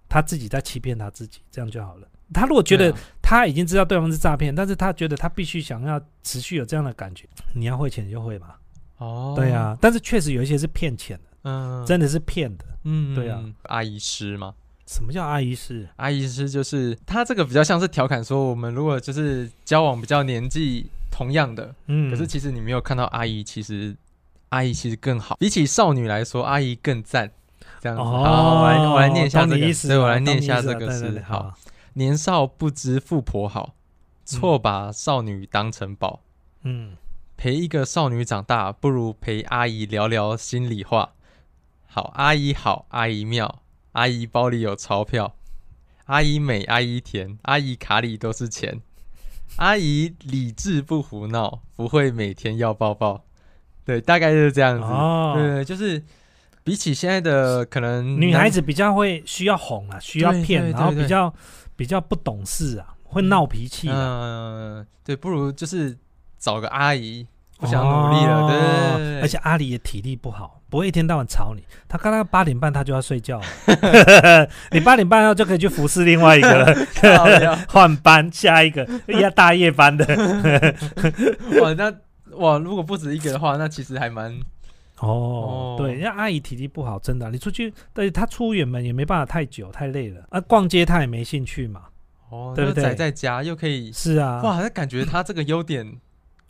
[SPEAKER 3] 他自己在欺骗他自己，这样就好了。他如果觉
[SPEAKER 2] 对
[SPEAKER 3] 得
[SPEAKER 2] 啊
[SPEAKER 3] 他已经知道对方是诈骗，但是他觉得他必须想要持续有这样的感觉，你要汇钱你就汇嘛，
[SPEAKER 2] 哦，
[SPEAKER 3] 对，啊。但是确实有一些是骗钱的，
[SPEAKER 2] 嗯，
[SPEAKER 3] 真的是骗的。
[SPEAKER 2] 嗯，
[SPEAKER 3] 对啊，
[SPEAKER 2] 阿姨师嘛，
[SPEAKER 3] 什么叫阿姨是？
[SPEAKER 2] 阿姨师就是他这个比较像是调侃说，我们如果就是交往比较年纪同样的，
[SPEAKER 3] 嗯，
[SPEAKER 2] 可是其实你没有看到阿姨，其实阿姨其实更好，比起少女来说，阿姨更赞。这样子，
[SPEAKER 3] 哦，
[SPEAKER 2] 好，我来我来念一下
[SPEAKER 3] 懂
[SPEAKER 2] 这
[SPEAKER 3] 你意
[SPEAKER 2] 个，
[SPEAKER 3] 思
[SPEAKER 2] 对，我
[SPEAKER 3] 了
[SPEAKER 2] 来
[SPEAKER 3] 懂
[SPEAKER 2] 念一
[SPEAKER 3] 你意
[SPEAKER 2] 下
[SPEAKER 3] 思
[SPEAKER 2] 这
[SPEAKER 3] 了
[SPEAKER 2] 个
[SPEAKER 3] 对对
[SPEAKER 2] 是
[SPEAKER 3] 对
[SPEAKER 2] 好
[SPEAKER 3] 好。，
[SPEAKER 2] 年少不知富婆好，错把少女当成宝。
[SPEAKER 3] 嗯，
[SPEAKER 2] 陪一个少女长大，不如陪阿姨聊聊心里话。好，阿姨好，阿姨妙，阿姨包里有钞票，阿姨美，阿姨甜，阿姨卡里都是钱。阿姨理智不胡闹，不会每天要抱抱。对，大概就是这样子。
[SPEAKER 3] 哦
[SPEAKER 2] 对，就是比起现在的可能
[SPEAKER 3] 女孩
[SPEAKER 2] 男
[SPEAKER 3] 子比较会需要哄啊，需要
[SPEAKER 2] 对
[SPEAKER 3] 骗，
[SPEAKER 2] 对
[SPEAKER 3] 然后
[SPEAKER 2] 对对
[SPEAKER 3] 比较比较不懂事啊，会闹脾气啊。
[SPEAKER 2] 嗯、对，不如就是找个阿姨，不想努力了，
[SPEAKER 3] 哦
[SPEAKER 2] 对对对，
[SPEAKER 3] 而且阿里也体力不好，不会一天到晚吵你。他刚刚八点半他就要睡觉了， 你八点半后就可以去服侍另外一个了，
[SPEAKER 2] 靠腰
[SPEAKER 3] 换班下一个要大夜 班的。
[SPEAKER 2] 哇，那哇，如果不止一个的话，那其实还蛮
[SPEAKER 3] 哦
[SPEAKER 2] 哦，
[SPEAKER 3] 对，人家阿姨体力不好，真的啊、你出去，对她出远门也没办法太久，太累了。啊，逛街她也没兴趣嘛。
[SPEAKER 2] 哦，
[SPEAKER 3] 对不对
[SPEAKER 2] 宅在家又可以，
[SPEAKER 3] 是啊，
[SPEAKER 2] 哇，那感觉他这个优点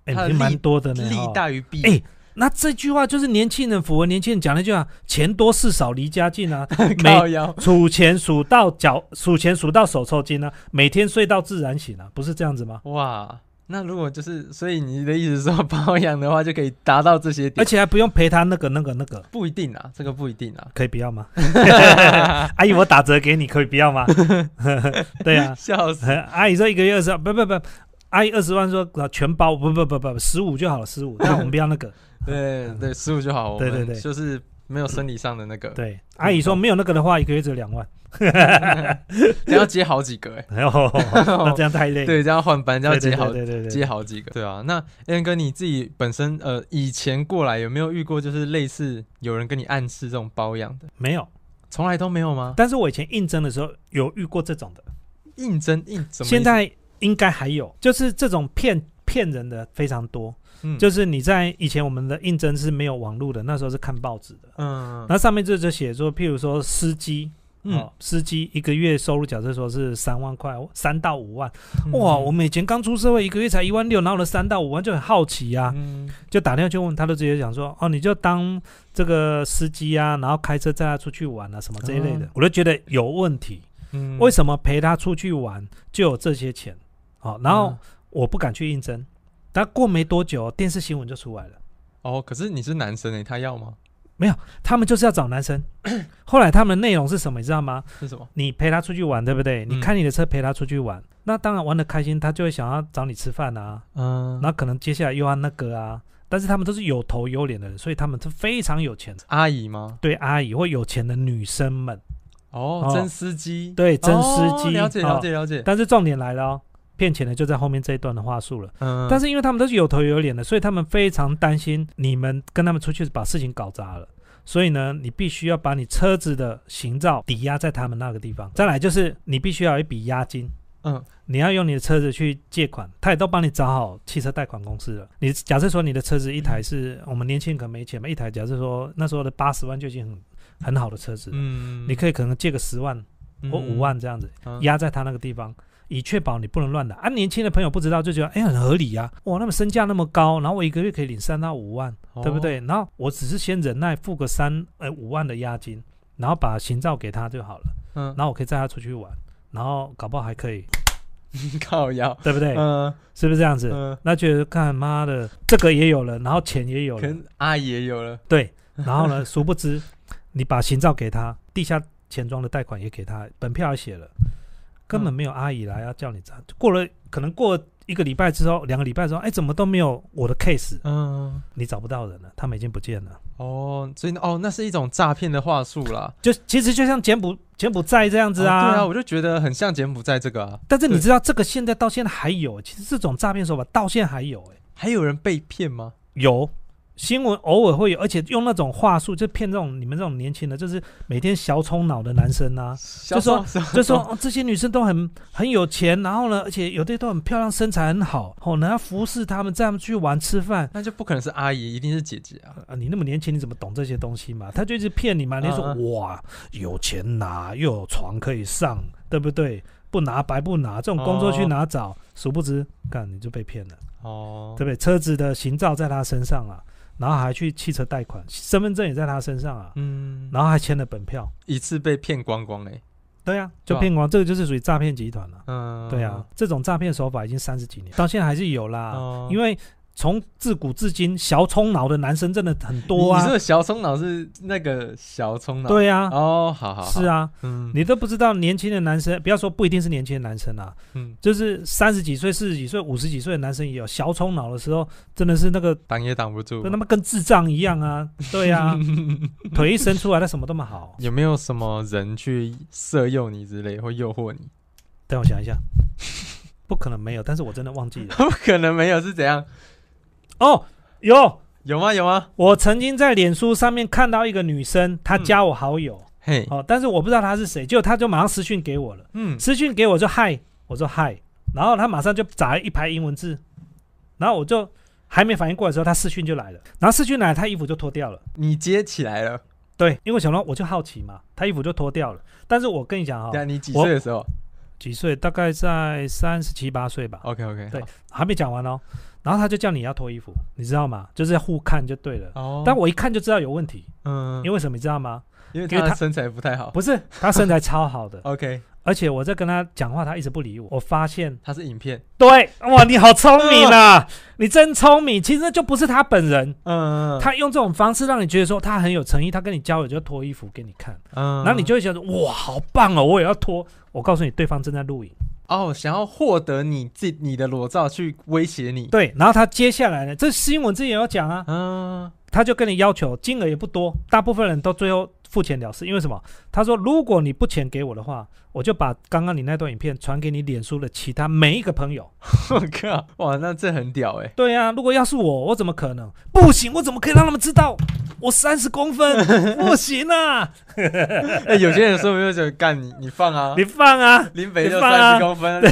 [SPEAKER 3] 哎，
[SPEAKER 2] 她的
[SPEAKER 3] 也蛮
[SPEAKER 2] 力
[SPEAKER 3] 多的呢。
[SPEAKER 2] 利
[SPEAKER 3] 哦
[SPEAKER 2] 大于弊。
[SPEAKER 3] 哎那这句话就是年轻人符合年轻人讲那句话：钱多事少离家近啊，
[SPEAKER 2] 靠
[SPEAKER 3] 每
[SPEAKER 2] 腰，
[SPEAKER 3] 数钱数到脚，数钱数到手抽筋啊，每天睡到自然醒啊，不是这样子吗？
[SPEAKER 2] 哇，那如果就是，所以你的意思是说保养的话就可以达到这些
[SPEAKER 3] 而
[SPEAKER 2] 点？
[SPEAKER 3] 且还不用陪他那个那个那个，
[SPEAKER 2] 不一定啊，这个不一定啊。
[SPEAKER 3] 可以 不要吗？阿姨，我 打折给你，可以不要吗？对啊，
[SPEAKER 2] 笑死！
[SPEAKER 3] 阿姨说一个月二十，不不不，阿姨二十万说啊全包，不不不不，十五就好了，十五。但我们不要那 个。
[SPEAKER 2] 对对，十五就好。我
[SPEAKER 3] 对嗯对
[SPEAKER 2] 们
[SPEAKER 3] 对
[SPEAKER 2] 就是没有生理上的那个，
[SPEAKER 3] 对，阿姨说没有那个的话，一个月只有 两万。
[SPEAKER 2] 这要接好几个哎。
[SPEAKER 3] 哎呦， 那这样太累。
[SPEAKER 2] 对，这要换班，这要
[SPEAKER 3] 对对
[SPEAKER 2] 接
[SPEAKER 3] 对
[SPEAKER 2] 好
[SPEAKER 3] 对对对
[SPEAKER 2] 接。好几个。对啊，那 a n 哥你自己本身呃以前过来有没有遇过就是类似有人跟你暗示这种包养的？
[SPEAKER 3] 没有。
[SPEAKER 2] 从来都没有吗？
[SPEAKER 3] 但是我以前应征的时候有遇过这种的，
[SPEAKER 2] 应征应怎么意思？
[SPEAKER 3] 现在应该还有，就是这种骗骗人的非常多。
[SPEAKER 2] 嗯
[SPEAKER 3] 就是你在以前我们的应征是没有网络的，那时候是看报纸的，
[SPEAKER 2] 嗯
[SPEAKER 3] 那上面就就写说，譬如说司机。
[SPEAKER 2] 嗯
[SPEAKER 3] 哦，司机一个月收入，假设说是三万块，三到五万，
[SPEAKER 2] 嗯
[SPEAKER 3] 哇！我们以前刚出社会，一个月才一万六，拿了三到五万就很好奇呀、啊，
[SPEAKER 2] 嗯
[SPEAKER 3] 就打电话去问，他都直接讲说，哦，你就当这个司机啊，然后开车载他出去玩啊，什么这一类的，
[SPEAKER 2] 哦
[SPEAKER 3] 我就觉得有问题。
[SPEAKER 2] 嗯
[SPEAKER 3] 为什么陪他出去玩就有这些钱？哦，然后
[SPEAKER 2] 嗯
[SPEAKER 3] 我不敢去应征，但过没多久电视新闻就出来了，
[SPEAKER 2] 哦，可是你是男生诶，他要吗？
[SPEAKER 3] 他们就是要找男 生。后来他们的内容是什么，你知道吗？
[SPEAKER 2] 是什么？
[SPEAKER 3] 你陪他出去玩，对不对？你
[SPEAKER 2] 嗯
[SPEAKER 3] 开你的车陪他出去玩，那当然玩的开心，他就会想要找你吃饭啊，
[SPEAKER 2] 嗯，
[SPEAKER 3] 那可能接下来又要那个啊。但是他们都是有头有脸的人，所以他们是非常有钱的。
[SPEAKER 2] 阿姨吗？
[SPEAKER 3] 对阿姨或有钱的女生们，
[SPEAKER 2] 哦
[SPEAKER 3] 哦，
[SPEAKER 2] 真司机，
[SPEAKER 3] 对真
[SPEAKER 2] 哦
[SPEAKER 3] 司机
[SPEAKER 2] 了解
[SPEAKER 3] 哦
[SPEAKER 2] 了解了解。
[SPEAKER 3] 但是重点来了哦，骗钱的就在后面这一段的话术了。
[SPEAKER 2] 嗯，
[SPEAKER 3] 但
[SPEAKER 2] 是
[SPEAKER 3] 是因为他们都是有头有脸的，所以他们非常担心你们跟他们出去把事情搞砸了。所以呢，你必须要把你车子的行照抵押在他们那个地方。再来就是你必须要有一笔押金，
[SPEAKER 2] 嗯
[SPEAKER 3] 你要用你的车子去借款，他也都帮你找好汽车贷款公司了。你假设说你的车子一台是、我们年轻人可能没钱嘛，一台假设说那时候的八十万就已经很很好的车子了，
[SPEAKER 2] 嗯，
[SPEAKER 3] 你可以可能借个十万或五万这样子，
[SPEAKER 2] 嗯
[SPEAKER 3] 压在他那个地方，以确保你不能乱来。啊，年轻的朋友不知道就觉得，哎，很合理呀、哇，那么身价那么高，然后我一个月可以领三到五万，
[SPEAKER 2] 哦
[SPEAKER 3] 对不？对？然后我只是先忍耐付个三呃五万的押金，然后把行照给他就好了，
[SPEAKER 2] 嗯，
[SPEAKER 3] 然后我可以载他出去玩，然后搞不好还可以，
[SPEAKER 2] 靠腰。
[SPEAKER 3] 对不对？
[SPEAKER 2] 嗯
[SPEAKER 3] 是不是这样子？
[SPEAKER 2] 嗯，
[SPEAKER 3] 那觉得干妈的这个也有了，然后钱也有
[SPEAKER 2] 可
[SPEAKER 3] 了，
[SPEAKER 2] 能阿姨也有了。
[SPEAKER 3] 对，然后呢， 殊不知你把行照给他，地下钱庄的贷款也给他，本票也写了，根
[SPEAKER 2] 嗯
[SPEAKER 3] 本没有阿姨来要叫你查。过了可能过一个礼拜之后，两个礼拜之后，哎，怎么都没有我的 case，
[SPEAKER 2] 嗯，
[SPEAKER 3] 你找不到人了，他们已经不见了。
[SPEAKER 2] 哦，所以哦，那是一种诈骗的话术啦。
[SPEAKER 3] 就其实就像柬埔柬埔寨这样子
[SPEAKER 2] 哦
[SPEAKER 3] 啊，
[SPEAKER 2] 对啊，我就觉得很像柬埔寨这个啊。
[SPEAKER 3] 但是你
[SPEAKER 2] 对
[SPEAKER 3] 知道这个现在到现在还有，欸其实这种诈骗手法到现在还有、哎，
[SPEAKER 2] 还有人被骗吗？
[SPEAKER 3] 有。新闻偶尔会有，而且用那种话术就骗这种你们这种年轻的，就是每天小冲脑的男生啊，
[SPEAKER 2] 就
[SPEAKER 3] 说就
[SPEAKER 2] 就
[SPEAKER 3] 说、哦、这些女生都很很有钱，然后呢，而且有的都很漂亮，身材很好，哦，然后服侍她们，带她们出去玩吃饭。
[SPEAKER 2] 那就不可能是阿姨，一定是姐姐啊。
[SPEAKER 3] 啊，你那么年轻，你怎么懂这些东西嘛？他就一直骗你嘛。你就说、
[SPEAKER 2] 嗯
[SPEAKER 3] 哇，有钱拿，又有床可以上，对不对？不拿白不拿，这种工作去哪找？殊不知，干你就被骗了，
[SPEAKER 2] 哦，
[SPEAKER 3] 对不对？车子的行照在他身上啊，然后还去汽车贷款，身份证也在他身上啊，
[SPEAKER 2] 嗯，
[SPEAKER 3] 然后还签了本票。
[SPEAKER 2] 一次被骗光光哎。
[SPEAKER 3] 对啊，就
[SPEAKER 2] 对啊
[SPEAKER 3] 骗光，这个就是属于诈骗集团了、
[SPEAKER 2] 嗯，
[SPEAKER 3] 对啊，这种诈骗手法已经三十几年，到现在还是有啦。
[SPEAKER 2] 哦
[SPEAKER 3] 因为从自古至今，小冲脑的男生真的很多
[SPEAKER 2] 你
[SPEAKER 3] 啊
[SPEAKER 2] 这。个小葱脑是那个小葱脑？、
[SPEAKER 3] 对啊，
[SPEAKER 2] 哦，好好好
[SPEAKER 3] 是，啊，
[SPEAKER 2] 嗯
[SPEAKER 3] 你都不知道年轻的男生，不要说不一定是年轻的男生啊，
[SPEAKER 2] 嗯，
[SPEAKER 3] 就是三十几岁、四十几岁、五十几岁的男生也有小冲脑的时候，真的是那个
[SPEAKER 2] 挡也挡不住
[SPEAKER 3] 跟。他们跟智障一样啊。对 啊，腿一伸出来，他什么都没好。
[SPEAKER 2] 有没有什么人去色诱你之类，或诱惑你？
[SPEAKER 3] 等我想一下，不可能没有，但是我真的忘记了。
[SPEAKER 2] 不可能没有，是怎样？
[SPEAKER 3] 哦，有，
[SPEAKER 2] 有吗？有吗？
[SPEAKER 3] 我曾经在脸书上面看到一个女生，她
[SPEAKER 2] 嗯
[SPEAKER 3] 加我好友。
[SPEAKER 2] 嘿，
[SPEAKER 3] 哦，但是我不知道他是谁，结果他就马上私讯给我了，
[SPEAKER 2] 嗯，
[SPEAKER 3] 私讯给我就嗨，我说嗨，然后他马上就打了一排英文字，然后我就还没反应过来的时候，他私讯就来了，然后私讯来，他衣服就脱掉了，
[SPEAKER 2] 你接起来了。
[SPEAKER 3] 对，因为我想到我就好奇嘛，他衣服就脱掉了，但是我跟你讲啊、
[SPEAKER 2] 对啊，你几
[SPEAKER 3] 我
[SPEAKER 2] 岁的时候
[SPEAKER 3] 几岁，大概在三十七八岁吧，
[SPEAKER 2] ？OK OK，
[SPEAKER 3] 对还没讲完哦，然后他就叫你要脱衣服，你知道吗？就是互看就对了，
[SPEAKER 2] 哦，
[SPEAKER 3] 但我一看就知道有问题，
[SPEAKER 2] 嗯，哦
[SPEAKER 3] 因为什么你知道吗？
[SPEAKER 2] 因为
[SPEAKER 3] 因为
[SPEAKER 2] 他
[SPEAKER 3] 他
[SPEAKER 2] 的身材不太好。，
[SPEAKER 3] 不是，他身材超好的
[SPEAKER 2] OK，
[SPEAKER 3] 而且我在跟他讲话，他一直不理我，我发现。
[SPEAKER 2] 他是影片，
[SPEAKER 3] 对，哇，你好聪明
[SPEAKER 2] 嗯
[SPEAKER 3] 啊！你真聪明。其实那就不是他本人，
[SPEAKER 2] 嗯，嗯
[SPEAKER 3] 他用这种方式让你觉得说他很有诚意，他跟你交友就脱衣服给你看，
[SPEAKER 2] 嗯，
[SPEAKER 3] 然后你就会觉得哇，好棒哦，我也要脱。我告诉你，对方正在录影，
[SPEAKER 2] 哦，想要获得你自你的裸照去威胁你，
[SPEAKER 3] 对，然后他接下来呢，这新闻之前有讲啊，
[SPEAKER 2] 嗯，
[SPEAKER 3] 他就跟你要求金额也不多，大部分人都最后付钱了事，因为什么？他说如果你不钱给我的话，我就把刚刚你那段影片传给你脸书的其他每一个朋友。
[SPEAKER 2] 我靠，哇，那这很屌哎、
[SPEAKER 3] 对啊，如果要是我，我怎么可能？不行，我怎么可以让他们知道我三十公分？ 不行啊，
[SPEAKER 2] 欸！哎、有些人说不定就觉得干你， 你放啊，
[SPEAKER 3] 你放啊！
[SPEAKER 2] 林北就
[SPEAKER 3] 你放啊
[SPEAKER 2] 三十公分，你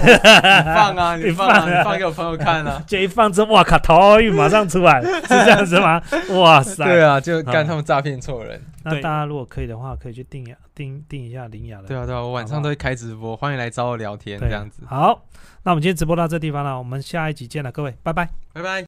[SPEAKER 2] 放啊，你
[SPEAKER 3] 你
[SPEAKER 2] 放
[SPEAKER 3] 放
[SPEAKER 2] 啊，
[SPEAKER 3] 啊。
[SPEAKER 2] 你放给我朋友看啊
[SPEAKER 3] 这一放之后，哇靠，头晕马上出来，是这样 子吗？哇塞！
[SPEAKER 2] 对啊，就干
[SPEAKER 3] 嗯
[SPEAKER 2] 他们诈骗错人。
[SPEAKER 3] 那大家如果可以的话，可以去定呀定定一下林雅的
[SPEAKER 2] 对啊，对啊，我晚上都会开直播，欢迎来找我聊天
[SPEAKER 3] 对
[SPEAKER 2] 这样子。
[SPEAKER 3] 好，那我们今天直播到这地方了，我们下一集见了，各位，拜拜。
[SPEAKER 2] 拜拜。